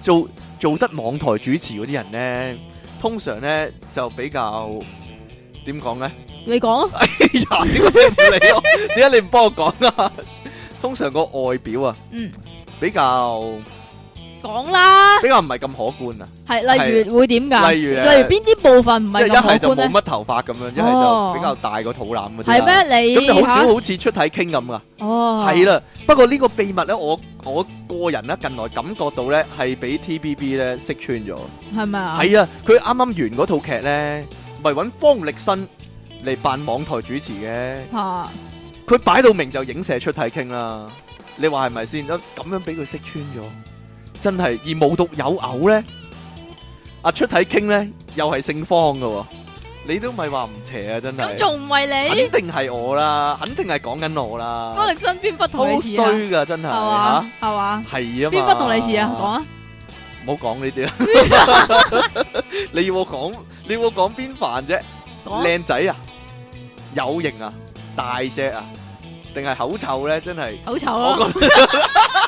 S1: 做做得網台主持嗰啲人咧，通常咧就比較點講咧？
S2: 你讲啊？
S1: 哎呀，點解你唔理我？點解你唔幫我講啊？通常個外表啊，
S2: 嗯，
S1: 比較
S2: 讲啦，
S1: 比較唔係咁可觀啊。
S2: 系例如会点噶？
S1: 例如呢
S2: 例如边啲部分唔
S1: 即
S2: 系
S1: 係一
S2: 咁
S1: 係
S2: 可
S1: 就
S2: 观
S1: 冇
S2: 咧？
S1: 乜頭髮咁樣，一係
S2: 哦
S1: 就比較大個肚腩嗰啲
S2: 系
S1: 啦。
S2: 咩？你
S1: 咁就好
S2: 嚇
S1: 少好似出體傾咁啊。
S2: 哦，
S1: 係啦，不過呢個秘密咧，我我個人咧近來感覺到咧係俾 TBB 咧識穿咗。
S2: 系咪啊？
S1: 係啊，佢啱啱完嗰套劇咧，咪揾方力申嚟扮網台主持嘅。
S2: 吓，
S1: 佢擺到明就影射出體傾啦，你話係咪先？啊咁樣俾佢識穿咗，真係而無獨有偶咧，啊出體傾咧又係姓方嘅喎，你都咪話唔邪啊，真
S2: 咁
S1: 係，
S2: 仲唔系你？
S1: 肯定係我啦，肯定係講緊我啦，
S2: 方力申边忽
S1: 好
S2: 同你似啊？
S1: 衰噶真係
S2: 系
S1: 嚇
S2: 嘛？，系嘛？
S1: 係啊嘛，
S2: 边忽同你似啊？讲啊！
S1: 唔好講呢 啲啦，你要我講，你要我講邊範啫？
S2: 講
S1: 靚仔啊，有型啊，大隻啊，定係口臭咧？真係。
S2: 好啊丑
S1: 我
S2: 咯，
S1: 覺得，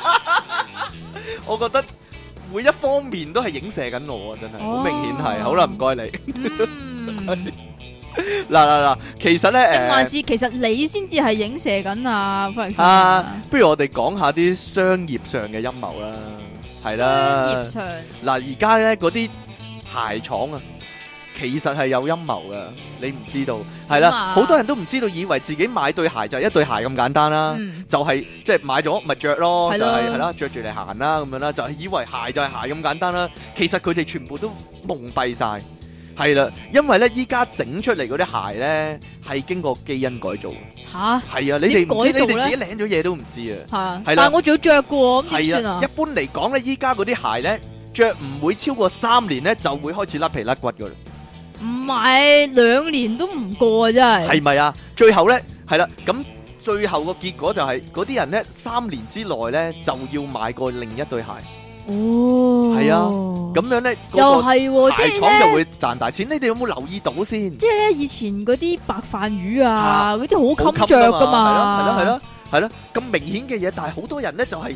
S1: 我覺得每一方面都係影射緊我啊！真係好
S2: 哦
S1: 明顯係。好啦，唔該你。
S2: 嗯，定
S1: 嗱嗱嗱，其實咧
S2: 還
S1: 誒，
S2: 是其實你先至係影射緊啊，方力申
S1: 啊，不如我哋講下啲商業上嘅陰謀啦，係
S2: 商業。
S1: 啦
S2: 上
S1: 嗱，而家咧嗰啲鞋廠啊，其實係有陰謀噶，你唔知道係
S2: 咁
S1: 啦。
S2: 啊
S1: 好多人都唔知道，以為自己買對鞋就係一對鞋咁簡單啦。
S2: 嗯
S1: 就係即係買咗咪着咯，
S2: 係
S1: 就
S2: 咯
S1: 係係啦，着住嚟行啦咁樣啦，就係以為鞋就係鞋咁簡單啦。其實佢哋全部都蒙蔽晒，係啦，因為咧依家整出嚟嗰啲鞋咧係經過基因改造嘅，
S2: 吓
S1: 係啊，你哋唔知
S2: 點改造
S1: 你哋
S2: 呢
S1: 自己領咗嘢都唔知啊。
S2: 吓，
S1: 係啦
S2: 但係我仲要着嘅喎，咁點
S1: 係
S2: 算
S1: 啊
S2: 啊，
S1: 一？般嚟講咧，依家嗰啲鞋咧着唔會超過三年咧就會開始甩皮甩骨噶啦，
S2: 唔係兩年都唔過啊，真係
S1: 係咪啊？最後咧係啦，咁最後個結果就係嗰啲人咧三年之內咧就要買過另一對鞋，
S2: 哦，
S1: 係啊，咁樣咧嗰
S2: 又
S1: 個
S2: 係喎，即
S1: 大
S2: 係
S1: 廠
S2: 咧，
S1: 就會賺大錢。你哋有冇留意到先？
S2: 即係咧以前嗰啲白飯魚啊，嗰啲好
S1: 好
S2: 襟着㗎
S1: 係咯
S2: 嘛，
S1: 係咯係咯係咯，咁明顯嘅嘢，但係好多人咧就係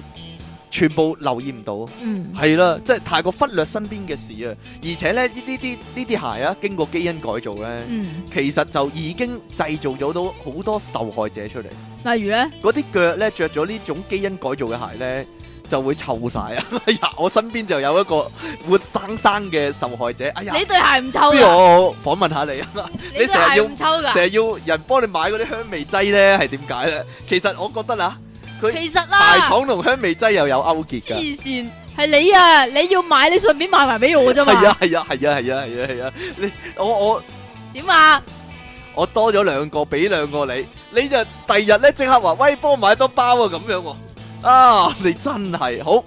S1: 全部留意唔到，
S2: 嗯，
S1: 係啦，即係太過忽略身邊嘅事啊！而且咧呢呢啲呢啲鞋啊，經過基因改造咧，
S2: 嗯，
S1: 其實就已經製造咗到好多受害者出嚟。
S2: 例如咧，
S1: 嗰啲腳咧着咗呢種基因改造嘅鞋咧，就會臭晒啊！ 哎呀，我身邊就有一個活生生嘅受害者。哎呀，
S2: 你對鞋唔臭
S1: 不如
S2: 㗎，
S1: 我訪問下你 啊！
S2: 你對
S1: 你成日
S2: 鞋
S1: 要
S2: 唔臭㗎。
S1: 成日要人幫你買嗰啲香味劑咧，係點解咧？其實我覺得啊，
S2: 其實
S1: 大
S2: 啦，
S1: 廠同香味劑又有勾結㗎。
S2: 黐線係你啊！你要買，你順便買埋俾我啫
S1: 係
S2: 嘛。
S1: 啊係啊係啊係啊係啊係啊！你我我
S2: 點啊？
S1: 我多咗兩個，俾兩個你，你就第日咧即刻話喂，幫我買多包啊咁樣喎。啊， 你真係好。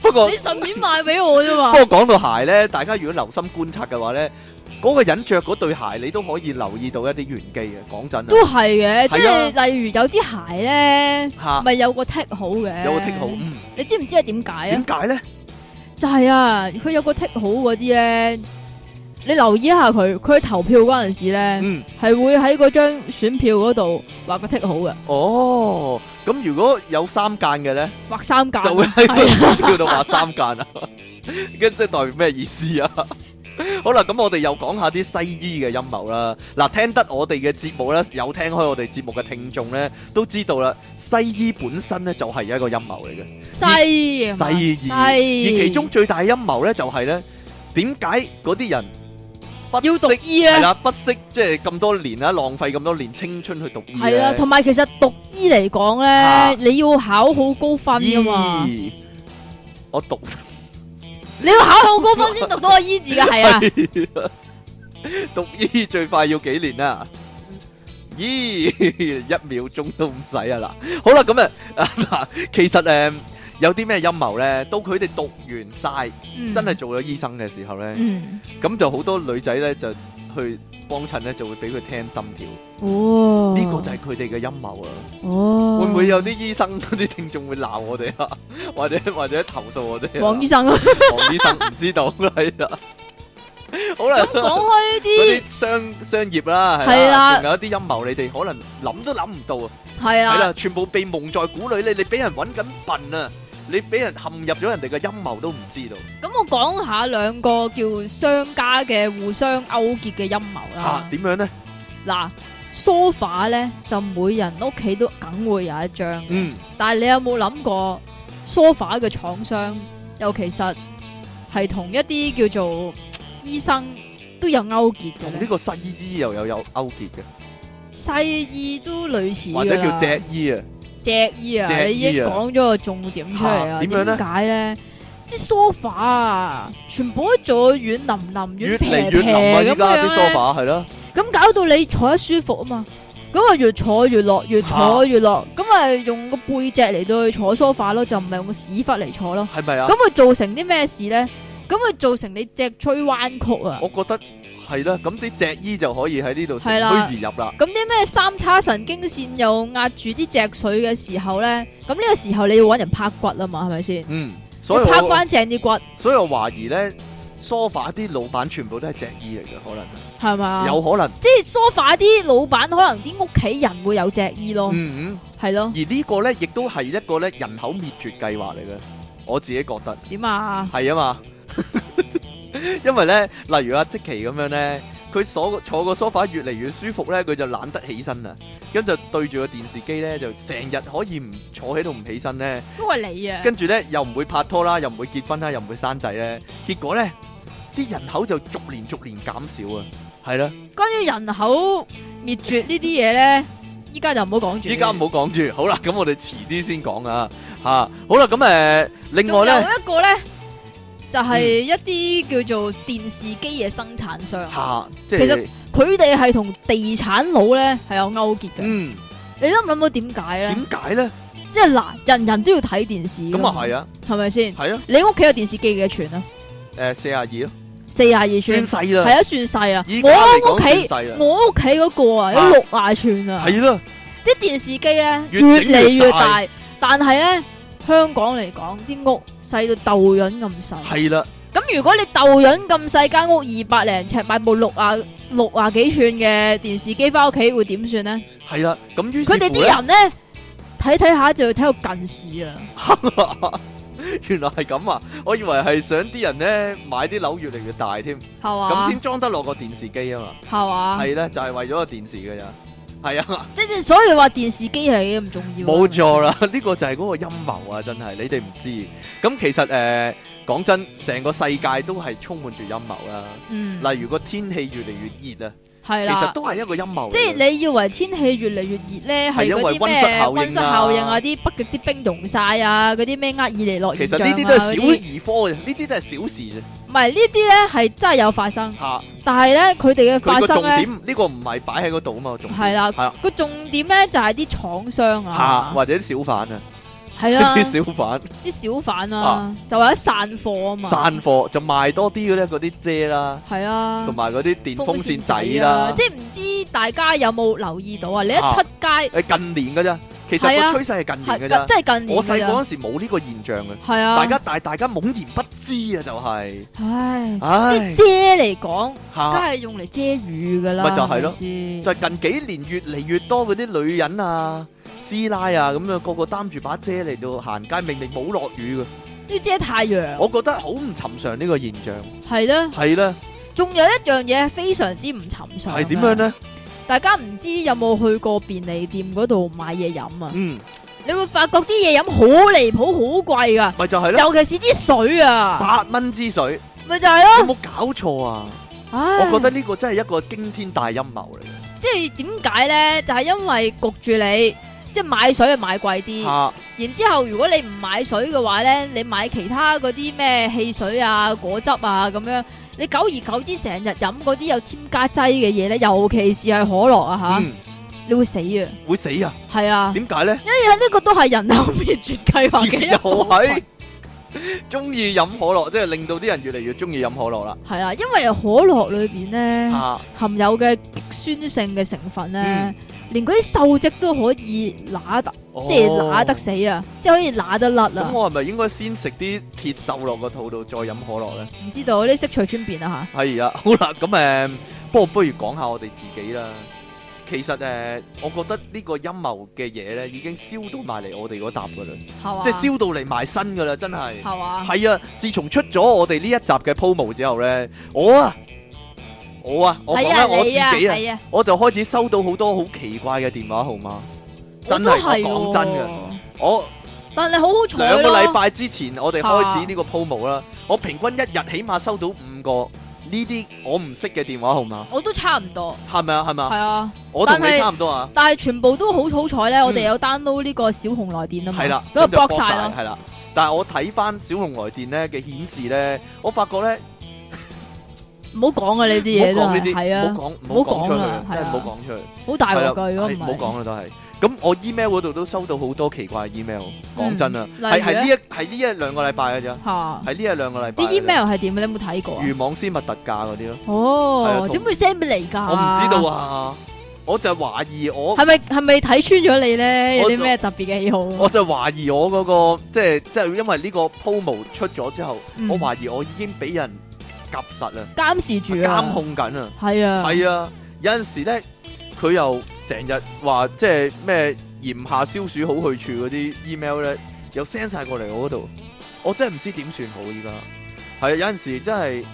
S1: 不過
S2: 你順便買俾我啫嘛。
S1: 不過講到鞋咧，大家如果留心觀察嘅話咧，嗰、個人着嗰對鞋，你都可以留意到一啲玄機嘅。講真
S2: 都係嘅，即
S1: 係
S2: 係例如有啲鞋咧，
S1: 啊，
S2: 咪有個剔好嘅。
S1: 嚇有個剔好，嗯，
S2: 你知唔知係點解啊
S1: 點？解咧？
S2: 就係啊，佢有個剔好嗰啲咧，你留意一下佢，佢投票嗰陣時咧，
S1: 嗯。
S2: 係會喺嗰張選票嗰度畫個剔好嘅，
S1: 哦，咁如果有三間嘅咧，
S2: 畫三格。
S1: 就會 喺
S2: 係啊
S1: 個股票度話三間啊， 咁即係代表咩意思啊？ 好啦，咁我哋又講下啲西醫嘅陰謀啦。嗱，聽得我哋嘅節目咧，有聽開我哋節目嘅聽眾咧，都知道啦。西醫本身咧就係一個陰謀嚟嘅，
S2: 西啊 嘛
S1: 西醫
S2: 西，
S1: 而其中最大嘅陰謀咧就係咧，點解嗰啲人不
S2: 要讀 E
S1: 惜
S2: 醫
S1: 係
S2: 咧。
S1: 啦，不惜即係咁多年啦，浪費咁多年青春去讀醫
S2: 系啦，
S1: 呢
S2: 同埋其實讀醫嚟講咧，
S1: 啊
S2: 你要考好高分噶嘛，
S1: 咦我讀
S2: 你要考好高分先讀到個醫字嘅，係 啊，
S1: 讀醫最快要幾年啊？咦，一秒鐘都唔使啊啦！好啦，咁啊嗱，其實誒有啲咩陰謀咧？到佢哋讀完晒，
S2: 嗯
S1: 真係，做咗醫生嘅時候咧，
S2: Ừ。嗯，
S1: 咁就好多女仔咧就去幫襯咧，就會俾佢聽心跳。
S2: 哦，
S1: 呢個就係佢哋嘅陰謀啊！
S2: 哦，
S1: 會唔會有啲醫生 啲聽眾會鬧我哋啊？ 或者或者投訴我哋啊？
S2: 黃醫 生咁
S1: 黃醫生唔知道係啦。好啦。
S2: 講開
S1: 嗰
S2: 啲
S1: 啲商商業啦，係
S2: 係
S1: 啦，
S2: 啦
S1: 仲有一啲陰謀，你哋可能諗都諗唔到啊，
S2: 係
S1: 係
S2: 啦，
S1: 啦，全部被蒙在鼓裏，你你俾人揾緊笨啊，你俾人陷入咗人哋嘅陰謀都唔知道，
S2: 咁我講下兩個叫商家嘅互相勾結嘅陰謀
S1: 嚇
S2: 啦。
S1: 點樣咧？
S2: 嗱，sofa 咧就每人屋企都梗會有一張，
S1: 嗯，
S2: 但係你有冇諗過 sofa 嘅廠商，又其實係同一啲叫做醫生都有勾結嘅
S1: 同
S2: 咧
S1: 呢？個西醫又有有勾結嘅，
S2: 西醫都類似
S1: 或者
S2: 㗎啦
S1: 叫隻醫啊，
S2: 隻醫啊，
S1: 隻
S2: 你已
S1: 醫
S2: 經
S1: 啊
S2: 講咗個重點出嚟
S1: 嚇
S2: 啦。
S1: 點樣呢
S2: 點解咧？啲 sofa 啊，全部都做到軟腍腍、
S1: 越
S2: 軟皮
S1: 嚟
S2: 皮
S1: 越冧啊！依
S2: 咁
S1: 家啲
S2: 樣咧，
S1: sofa 係咯，
S2: 咁搞到你坐得舒服啊嘛。咁啊，越坐越落，越坐越落，咁啊用個背脊嚟到去坐 sofa 咯，就唔係用個屎忽嚟坐咯。
S1: 係咪啊
S2: 咁？啊造成啲咩事咧？咁啊造成你脊椎彎曲啊。
S1: 我覺得係啦，咁啲隻醫就可以喺呢度乘
S2: 係啦
S1: 虛而入啦，
S2: 咁啲咩三叉神經線又壓住啲脊髓嘅時候咧，咁呢個時候你要揾人拍骨啊嘛，係咪先？
S1: 嗯，所以
S2: 你拍
S1: 我
S2: 翻正啲骨
S1: 所以我懷疑咧，sofa 啲老闆全部都係隻醫嚟嘅，可能
S2: 係嘛？
S1: 有可能，
S2: 即係 sofa 啲老闆可能啲屋企人會有隻醫咯，
S1: 嗯嗯。
S2: 係咯？
S1: 而呢個呢，亦都係一個咧人口滅絕計劃嚟嘅，我自己覺得
S2: 點啊？
S1: 係啊嘛。 因為呢，例如阿即奇咁樣呢，佢所坐個 sofa 越嚟越舒服呢，佢就懶得起身啦，啊跟住就對住個電視機呢，就成日可以唔坐喺度唔起身呢。
S2: 都係你啊！
S1: 跟住呢，又唔會拍拖啦，又唔會結婚啦，又唔會生仔呢。結果呢，啲人口就逐年逐年減少啊，係啦。
S2: 關於人口滅絕呢啲嘢咧，依家就唔好講住。
S1: 依家唔好。講住，好啦，咁我哋遲啲先講啊，嚇、好啦，咁誒、呃另
S2: 仲有
S1: 外呢。嗯
S2: 一個咧，就係一啲叫做電視機嘅生產商，
S1: 嚇，即
S2: 其
S1: 係
S2: 實佢哋係同地產佬咧係有勾結嘅。
S1: 嗯，
S2: 你都唔諗到點解咧？
S1: 點解咧？
S2: 即係嗱，人人都要睇電視。
S1: 咁啊係，啊，
S2: 係咪先？
S1: 係啊，
S2: 你屋企有電視機幾多寸啊？
S1: 誒四廿二咯，
S2: 四廿二
S1: 算
S2: 寸，
S1: 細
S2: 係
S1: 啦。
S2: 啊，算細啊。
S1: 依家嚟
S2: 我屋
S1: 講
S2: 企，
S1: 算細啦，
S2: 我屋企嗰個啊，
S1: 啊
S2: 有六廿寸啊。
S1: 係啦，
S2: 啲電視機咧
S1: 越
S2: 越
S1: 整越
S2: 嚟越
S1: 大
S2: 大，但係咧香港嚟講，啲屋細到豆潤咁細。
S1: 係啦，
S2: 咁如果你豆潤咁細間屋二百零尺，買部六啊六啊幾寸嘅電視機翻屋企會點算咧？
S1: 係啦。咁於是
S2: 佢哋
S1: 乎呢
S2: 啲人咧睇睇下就會睇到近視啊！
S1: 原來係咁啊！我以為係想啲人咧買啲樓越嚟越大添，
S2: 係
S1: 咁
S2: 嘛
S1: 先裝得落個電視機啊嘛。
S2: 係嘛，
S1: 係咧，就係為咗個電視嘅咋。係啊，
S2: 即係所以話電視機係幾咁重要啊。
S1: 冇錯 啦，呢個就係嗰個陰謀啊！真係你哋唔知。咁其實誒講真，成個世界都係充滿住陰謀啦。
S2: 嗯，
S1: 例如個天氣越嚟越熱啊，
S2: 係
S1: 其實
S2: 啦。
S1: 都係一個陰謀嚟嘅。
S2: 即係你以為天氣越嚟越熱咧，
S1: 係
S2: 係
S1: 因
S2: 嗰
S1: 為
S2: 啲
S1: 溫室
S2: 咩
S1: 效應啊
S2: 溫室效應啊，啲北極啲冰融晒啊，嗰啲咩厄爾尼諾
S1: 其
S2: 現
S1: 實
S2: 象
S1: 呢
S2: 啊
S1: 啲都係小
S2: 嗰啲
S1: 兒科嘅，呢啲都係小事啫。
S2: 唔係呢啲咧係真係有發生，
S1: 嚇、
S2: 但係咧佢哋嘅
S1: 佢
S2: 發
S1: 個重
S2: 生咧
S1: 點呢、個唔係擺喺嗰度啊嘛，個重點
S2: 係啦
S1: 係啦
S2: 個重點咧就係啲廠商
S1: 嚇、
S2: 啊，
S1: 或者啲小販啊，
S2: 係啦
S1: 啲小販
S2: 啲小販啊
S1: 啊，
S2: 就或者散貨啊嘛，
S1: 散貨就賣多啲嘅咧，嗰啲遮啦，
S2: 係啊啦
S1: 同，埋嗰啲電風扇
S2: 啊
S1: 仔啦。
S2: 即係唔知大家有冇留意到啊？你一
S1: 啊
S2: 出街
S1: 誒、近年㗎咋，其實
S2: 係啊
S1: 個趨勢係近
S2: 係
S1: 年㗎咋。
S2: 即係近年
S1: 我細個
S2: 㗎
S1: 嗰時冇呢個現象嘅，
S2: 咋係啊，
S1: 大家但係大家懵然不知啊，就係、
S2: 唉，即
S1: 唉
S2: 係遮嚟講。
S1: 嚇。
S2: 梗係用嚟遮雨噶啦，
S1: 咪就係咯
S2: 係咪先
S1: 就係近幾年越嚟越多嗰啲女人啊、師奶啊咁樣，個個擔住把遮嚟到行街，明明冇落雨嘅，
S2: 要遮太陽，
S1: 我覺得好唔尋常呢個現象。
S2: 係啦。
S1: 係啦，
S2: 仲有一樣嘢非常之唔尋常，
S1: 係點樣？呢？
S2: 大家唔知有冇去過便利店嗰度買嘢飲啊？
S1: 嗯，
S2: 你會發覺啲嘢飲好離譜，好貴噶，
S1: 咪就係咯，
S2: 尤其是啲水啊，
S1: 八蚊之水，
S2: 咪就係咯。
S1: 有冇搞錯啊？
S2: 唉，
S1: 我覺得呢個真係一個驚天大陰謀嚟嘅。
S2: 即係點解咧？就係因為焗住你，即係買水係買貴啲。
S1: 吓
S2: 然之後，如果你唔買水嘅話咧，你買其他嗰啲咩汽水啊、果汁啊咁樣，你久而久之成日飲嗰啲有添加劑嘅嘢咧，尤其是係可樂啊吓，
S1: 嗯
S2: 你會死啊！
S1: 會死啊？
S2: 係啊，
S1: 點解咧？
S2: 因為呢個都係人口滅絕計劃嘅一
S1: 又
S2: 部
S1: 係
S2: 分。
S1: 中意飲可樂，即係令到啲人越嚟越中意飲可樂啦。
S2: 係啊，因為可樂裏邊咧
S1: 吓
S2: 含有嘅極酸性嘅成分咧
S1: 嗯，
S2: 連嗰啲鏽跡都可以揦得，即係揦得死啊，即係可以揦得甩
S1: 咁
S2: 啊！
S1: 我係咪應該先食啲鐵鏽落個肚度，再飲可樂咧？
S2: 唔知道呢色隨轉變啊吓。
S1: 係啊， 好啦，咁誒、不過不如講下我哋自己啦。其實誒、我覺得呢個陰謀嘅嘢咧，已經燒到埋嚟我哋嗰笪噶啦，
S2: 係嘛？
S1: 即係燒到嚟埋身噶啦，真係。
S2: 係嘛？
S1: 係啊，自從出咗我哋呢一集嘅鋪模之後咧，我啊，我啊，我講
S2: 係
S1: 緊
S2: 啊，
S1: 我自己啊，
S2: 係啊，
S1: 我就開始收到好多好奇怪嘅電話號碼，
S2: 我
S1: 真
S2: 都係
S1: 係我講真嘅，
S2: 喎。
S1: 我
S2: 但係好好彩
S1: 兩個禮
S2: 咯，
S1: 拜之前我哋開始呢個鋪模啦，我平均一日起碼收到五個呢啲我唔識嘅電話號碼，
S2: 我都差唔多，
S1: 係咪啊？係咪
S2: 係
S1: 啊？
S2: 啊。
S1: 我同
S2: 但
S1: 你
S2: 係
S1: 差唔多啊，
S2: 但係全部都好好彩咧，我哋
S1: 嗯
S2: 有 download 呢個小紅來電啊嘛，
S1: 係啦，
S2: 咁就
S1: 咁就
S2: block 晒咯。
S1: 係啦。但係我睇翻小紅來電咧嘅顯示咧，我發覺咧。
S2: 唔好講啊呢
S1: 唔
S2: 啲
S1: 好
S2: 嘢
S1: 講呢
S2: 真係，
S1: 啲，
S2: 係
S1: 唔
S2: 啊，
S1: 好講，唔好講出
S2: 唔好講
S1: 去
S2: 啦
S1: 啊，真係
S2: 係啊
S1: 唔好講出去，
S2: 好大
S1: 係啦
S2: 鑊㗎，如果
S1: 係唔好
S2: 係。
S1: 講啦，都係。咁我 email 嗰度都收到好多奇怪嘅 email，講真啊，
S2: 嗯
S1: 係
S2: 例如
S1: 係
S2: 呢
S1: 呢一係呢一兩個禮拜嘅咋，
S2: 嚇
S1: 係呢一兩個禮拜嘅
S2: 啲
S1: 啫。
S2: email 係點啊？你有冇睇過啊？
S1: 魚網絲襪特價嗰啲咯，係啊
S2: 哦，
S1: 同
S2: 點會 send 俾你㗎？
S1: 我唔知道啊，我就懷疑我，
S2: 係咪係咪睇穿咗你咧？有
S1: 我
S2: 啲
S1: 就
S2: 咩特別嘅喜好啊？
S1: 我就懷疑我嗰個即係即係因為呢個 promo 出咗之後，
S2: 嗯
S1: 我懷疑我已經俾人夾實啦，
S2: 監視住啊，
S1: 監控緊啊。
S2: 係啊，
S1: 係啊，有陣時咧，佢又成日話即係咩炎夏消暑好去處嗰啲 email 咧，又 send 晒過嚟我嗰度，我真係唔知點算好依家。係啊，有陣時真係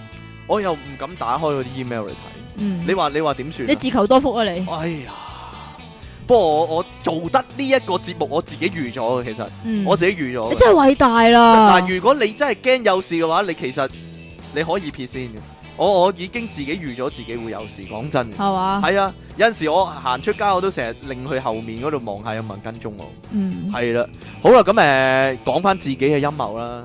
S1: 我又唔敢打開嗰啲 email 嚟睇。
S2: 嗯
S1: 你，話你話點算啊
S2: 你？自求多福啊你，
S1: 哎呀！不過我我做得呢一個節目，我自己預咗嘅，其實、
S2: 嗯，
S1: 我自己預咗
S2: 你
S1: 嘅。
S2: 真係偉大啦
S1: 但！如果你真係驚有事嘅話，你其實你可以撇先嘅。我我已經自己預咗自己會有事，講真嘅。
S2: 係嘛？
S1: 係啊，有陣時我行出街我都成日擰去後面嗰度望下有冇人跟蹤我。
S2: 嗯，
S1: 係啦，好啦，咁誒講翻自己嘅陰謀啦，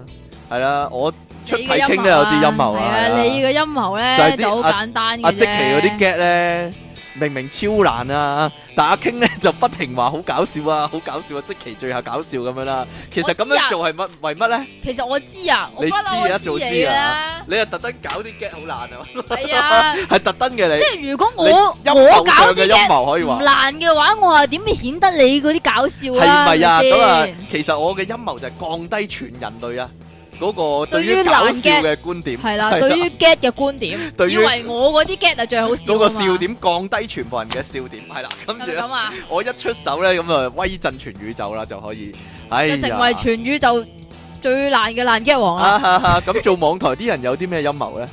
S1: 係啦，我出體傾都有啲陰
S2: 係
S1: 謀啊。係
S2: 啊，
S1: 啊
S2: 你嘅陰謀
S1: 就係
S2: 咧
S1: 啲
S2: 就好簡單嘅
S1: 阿
S2: 啫。
S1: 即奇嗰啲 get 咧，明明超難啊，但阿傾咧就不停話好搞笑啊，好搞笑啊，即奇最後搞笑咁樣啦。其實咁
S2: 我知啊
S1: 樣做係乜為乜咧？
S2: 其實我知啊，我不
S1: 你
S2: 嬲
S1: 知
S2: 我知
S1: 啊早知
S2: 嘢啦
S1: 啊。你又特登搞啲 get 好難啊，
S2: 係 啊，
S1: 係特登嘅
S2: 即
S1: 你。
S2: 係如果
S1: 你
S2: 我
S1: 陰
S2: 我
S1: 謀
S2: 搞
S1: 上
S2: 啲
S1: 嘅陰
S2: 嘢
S1: 謀可以
S2: 唔
S1: 話。
S2: 難嘅話，我又點會顯得你嗰啲搞笑
S1: 係
S2: 啦？
S1: 咪啊？
S2: 係咪
S1: 咁啊
S2: 先，
S1: 其實我嘅陰謀就係降低全人類啊嗰、個對
S2: 對於
S1: 於搞
S2: 難
S1: 笑
S2: get
S1: 嘅觀點，
S2: 係啦，
S1: 啊係啦
S2: 對於 get 嘅觀點，
S1: 對於
S2: 以為我嗰啲 get 就最好笑
S1: 嗰
S2: 啊
S1: 個
S2: 嘛
S1: 笑點降低全部人嘅笑點，係啦。跟
S2: 係
S1: 住
S2: 咪咁啊？
S1: 我一出手咧，咁啊威震全宇宙啦，就可以。哎
S2: 就
S1: 呀，
S2: 成為全宇宙最爛嘅爛 get 王啦！
S1: 啊哈哈咁做網台啲人有啲咩陰謀咧？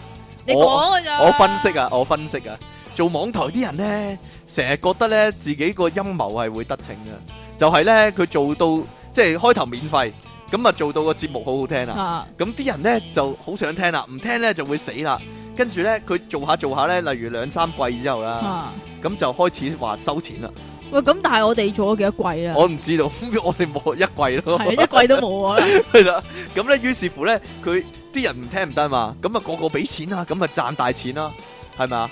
S2: 你
S1: 我
S2: 講噶咋？
S1: 我分析啊，我分析啊，做網台啲人咧，成日覺得咧自己個陰謀係會得逞嘅，就係咧佢做到即係開頭免費，咁啊做到個節目好好聽啊。
S2: 啊，
S1: 咁啲人咧就好想聽啦，唔聽咧就會死啦。跟住咧，佢做下做下咧，例如兩三季之後啦，
S2: 啊
S1: 咁、就開始話收錢啦。
S2: 喂，咁但係我哋做咗幾多季啦？
S1: 我唔知道，我哋冇一季咯
S2: 啊係，一季都冇啊！
S1: 係啦。咁咧，於是乎咧，佢啲人唔聽唔得嘛，咁啊個個俾錢啦，咁啊賺大錢啦，係咪啊？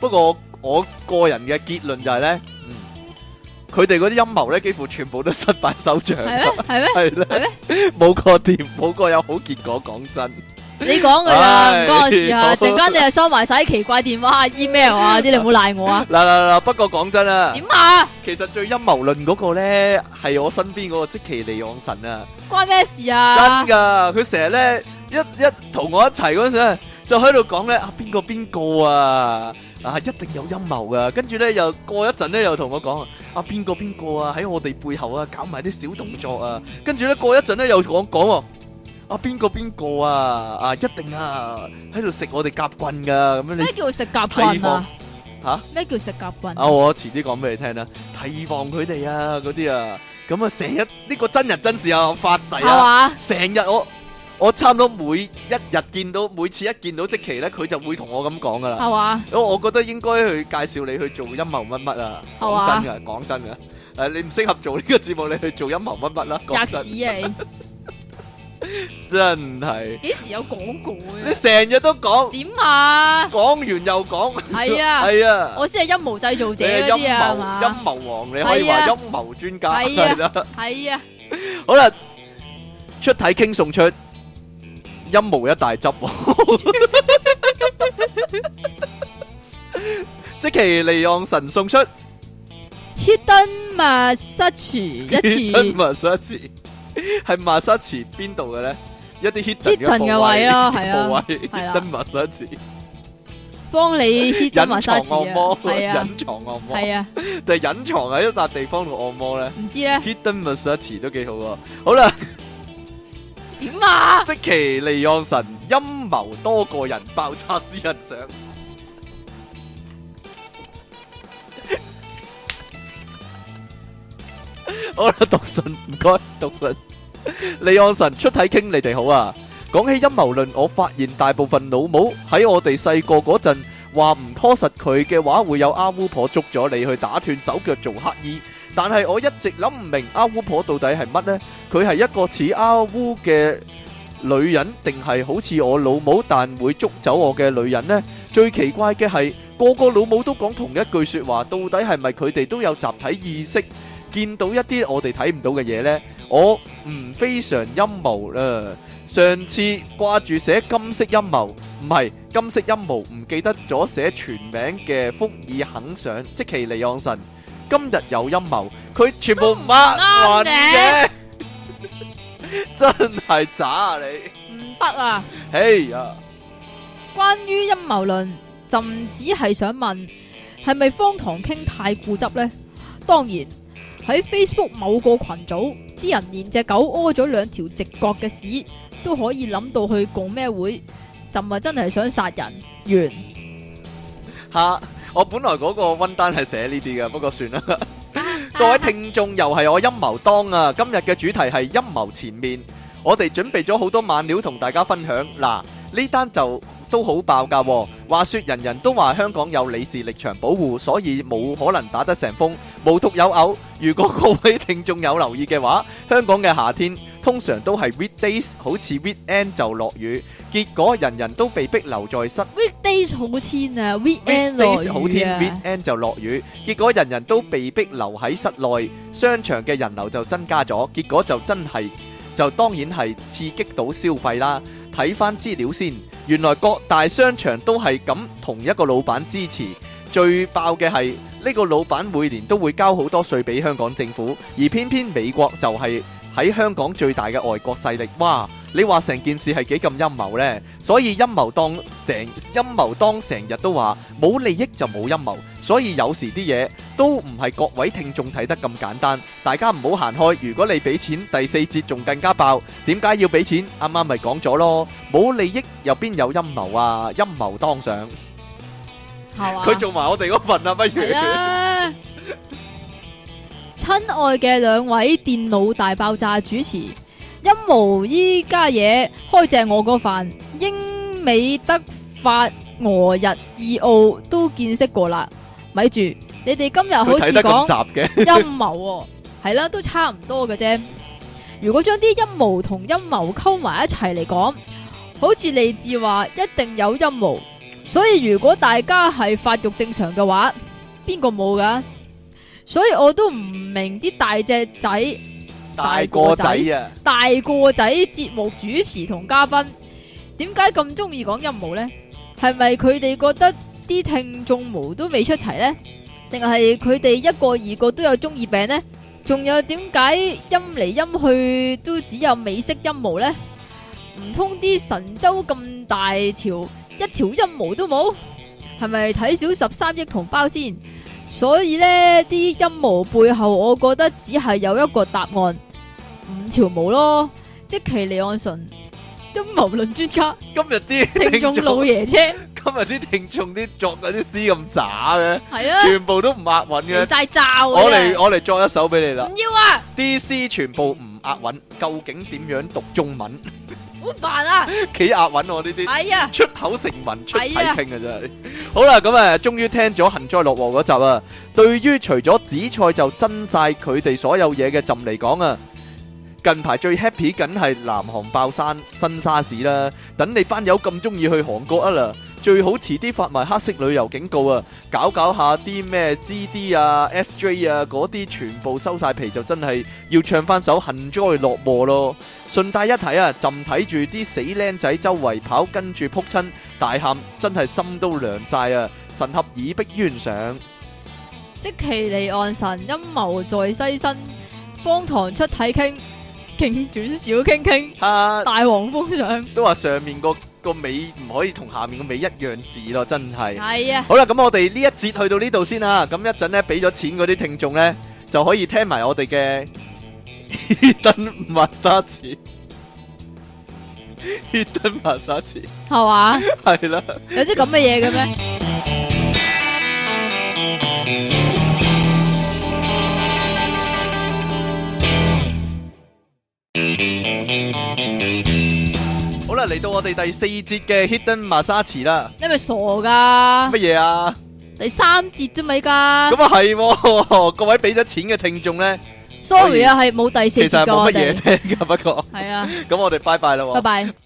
S1: 不過我個人嘅結論就係、咧，嗯，佢哋嗰啲陰謀咧，幾乎全部都失敗收場，
S2: 係咩？係咩？
S1: 係啦，冇個掂，冇個有好結果。講真。
S2: 你講噶咋？唔
S1: 唉
S2: 關我事啊！
S1: 好
S2: 陣間你又收埋晒啲奇怪電話啊、email à, 啊啲，你唔好賴我啊！
S1: 嗱嗱嗱，不過講真啊，
S2: 點啊？
S1: 其實最陰謀論嗰個咧係我身邊嗰個即其利昂神啊，
S2: 關咩事
S1: 真
S2: 啊？
S1: 噶，佢成日咧一一同我一齊嗰陣時呢就喺度講咧啊邊個邊個啊啊一定有陰謀噶，跟住咧又過一陣咧又同我講啊邊個邊個啊喺我哋背後啊搞埋啲小動作啊，跟住咧過一陣咧又講講喎。啊邊個邊個啊啊一定啊喺度食我哋夾棍噶咁樣你
S2: 咩叫食夾棍啊？
S1: 嚇？
S2: 咩叫食夾棍？
S1: 啊！我遲啲講俾你聽啦，提防佢哋啊，嗰啲啊，咁啊成日呢個真人真事啊，我發誓
S2: 係
S1: 啊，
S2: 嘛？
S1: 成日我我差唔多每一日見到，每次一見到即期咧，佢就會同我咁講噶啦。
S2: 係嘛？
S1: 咁我覺得應該去介紹你去做陰謀乜乜啊，
S2: 係嘛
S1: 講真噶，講真噶，誒你唔適合做呢個節目，你去做陰謀 乜乜啦，
S2: 吔
S1: 講真
S2: 屎啊你！
S1: 真係，
S2: 幾時有講過
S1: 你
S2: 嘅？
S1: 成日都講，
S2: 點啊？
S1: 講完又講，
S2: 係啊，
S1: 係啊，
S2: 我先係陰謀製造者
S1: 你係
S2: 嗰啲啊係
S1: 陰謀
S2: 嘛？
S1: 陰謀王，你可以
S2: 係
S1: 話
S2: 啊
S1: 陰謀專家
S2: 係啊
S1: 係啦。
S2: 係啊，
S1: 好啦，出體傾送出陰毛一大執喎， 即其利昂神送出
S2: hidden massage 一次
S1: hidden massage，係 massage 邊度嘅咧？一啲 hidden
S2: hidden
S1: 部
S2: 嘅位 啦係啊
S1: 部位
S2: 係啦
S1: hidden massage，
S2: 幫你 hidden
S1: 隱
S2: massage
S1: 藏按摩
S2: 啊，，係啊，
S1: 隱藏按摩，
S2: 係啊，
S1: 定係隱藏喺一笪地方度按摩咧
S2: 唔知咧
S1: ？hidden massage 都幾好喎。好啦。
S2: 點 啊？
S1: 即其利昂神陰謀多個人爆炸私人相，好啦，讀信唔該，讀信。利昂神出體傾，你哋好啊！講起陰謀論，我發現大部分老母喺我哋細個嗰陣話唔拖實佢嘅話，會有阿烏婆捉咗你去打斷手腳做乞衣。但係我一直諗唔明阿烏婆到底係乜呢？佢係一個似阿烏嘅女人，定係好似我老母但會捉走我嘅女人呢？最奇怪嘅係個個老母都講同一句説話，到底係咪佢哋都有集體意識，見到一啲我哋睇唔到嘅嘢呢？我唔非常陰謀啦。上次掛住寫金色陰謀，唔係金色陰謀，唔記得咗寫全名嘅福爾肯上，即其利昂神。今日有陰謀，佢全部
S2: 都
S1: 唔
S2: 唔啱
S1: 啱
S2: 嘅
S1: 嘅，真係渣啊你！
S2: 唔得啊！
S1: 哎呀，
S2: 關於陰謀論，朕只係想問，係咪方唐傾太固執呢？當然喺 Facebook 某個群組，啲人連只狗屙咗兩條直角嘅屎都可以諗到去共咩會，朕啊真係想殺人完。
S1: 嚇！我本來嗰個温單係寫呢啲嘅，不過算啦。各位聽眾又係我陰謀當啊！今日嘅主題係陰謀前面，我哋準備咗好多猛料同大家分享。嗱，呢單就都好爆㗎喎。話說人人都話香港有理事力場保護，所以冇可能打得成風。無獨有偶，如果各位聽眾有留意嘅話，香港嘅夏天通常都係 weekdays，好似 weekend 就落雨，結果人人都被逼留在室
S2: Weekdays 好天啊
S1: weekdays
S2: ，weekend 落雨啊
S1: 好天，weekend 就落雨，結果人人都被逼留喺室內，商場嘅人流就增加咗，結果就真係就當然係刺激到消費啦。睇翻資料先，原來各大商場都係咁同一個老闆支持，最爆嘅係呢個老闆每年都會交好多税俾香港政府，而偏偏美國就係喺香港最大嘅外國勢力，哇！你話成件事係幾咁陰謀呢？所以陰謀當成陰謀當成日都話冇利益就冇陰謀，所以有時啲嘢都唔係各位聽眾睇得咁簡單。大家唔好行開，如果你俾錢，第四節仲更加爆。點解要俾錢？啱啱咪講咗咯，冇利益又邊有陰謀啊？陰謀當上，
S2: 係嘛？
S1: 佢做埋我哋嗰份啦，不如
S2: 系。啊！親愛嘅兩位電腦大爆炸主持，陰謀依家嘢開正我嗰飯，英美德法俄日意澳都見識過啦。咪住，你哋今日好
S1: 佢
S2: 似
S1: 睇得咁
S2: 講
S1: 雜嘅，
S2: 陰謀喎，係啦，都差唔多嘅啫。如果將啲陰謀同陰謀溝埋一齊嚟講，好似利智話一定有陰謀，所以如果大家係發育正常嘅話，邊個冇噶？所以我都唔明啲大隻仔、
S1: 大個仔啊，
S2: 大個仔節目主持同嘉賓點解咁中意講陰謀呢？係咪佢哋覺得啲聽眾毛都未出齊呢？定係佢哋一個二個都有中二病呢？仲有點解陰嚟陰去都只有美式陰謀呢？唔通啲神州咁大條，一條陰毛都冇？係咪睇少十三億同胞先？所以呢啲陰謀背後，我覺得只係有一個答案：五朝毛咯，即其離岸神陰謀論專家。
S1: 今日啲
S2: 聽眾老爺車，
S1: 今日啲聽眾啲作嗰啲詩咁渣嘅，
S2: 係啊，
S1: 全部都唔押韻
S2: 離
S1: 嘅。
S2: 晒罩啊
S1: 我嚟我嚟作一首俾你啦
S2: 唔要啊，
S1: ，D C 全部唔押韻，究竟點樣讀中文？
S2: 好煩啊！
S1: 企押韻我呢啲。
S2: 哎呀，
S1: 出口成文出體
S2: 係啊
S1: 傾啊真係。好啦，咁啊，終於聽咗幸災樂禍嗰集啊。對於除咗紫菜就真晒佢哋所有嘢嘅朕嚟講啊，近排最 happy 梗係南韓爆山新沙士啦。等你班友咁中意去韓國啊啦，最好遲啲發埋黑色旅遊警告啊，搞搞下啲咩 GD 啊、SJ 啊嗰啲全部收晒皮就真係要唱翻首幸災樂禍咯。順帶一提啊，朕睇住啲死僆仔周圍跑，跟住撲親大喊，真係心都涼晒啊！神合以逼冤上，
S2: 即其離岸神陰謀在西身，荒唐出體傾，勁轉小傾 傾，
S1: 啊
S2: 大黃風上。
S1: 都話上面個個尾唔可以同下面個尾一樣字咯，真係。
S2: 係啊，
S1: 好啦，咁我哋呢一節去到呢度先啦。咁一陣咧，俾咗錢嗰啲聽眾咧，就可以聽埋我哋嘅 Hidden Massage。Hidden Massage
S2: 係嘛？
S1: 係啦。
S2: 有啲咁嘅嘢嘅 咩？
S1: 好啦，嚟到我哋第四節嘅 Hidden Massage 啦。
S2: 你咪傻噶？
S1: 乜嘢啊？
S2: 第三節啫嘛，依家。
S1: 咁啊係喎，各位俾咗錢嘅聽眾咧，
S2: Sorry 啊，係冇第四
S1: 其實
S2: 節
S1: 係
S2: 噶，
S1: 冇
S2: 我
S1: 乜
S2: 哋
S1: 嘢聽噶，不過
S2: 係啊，
S1: 咁我哋拜拜啦
S2: 拜
S1: 喎。
S2: 拜。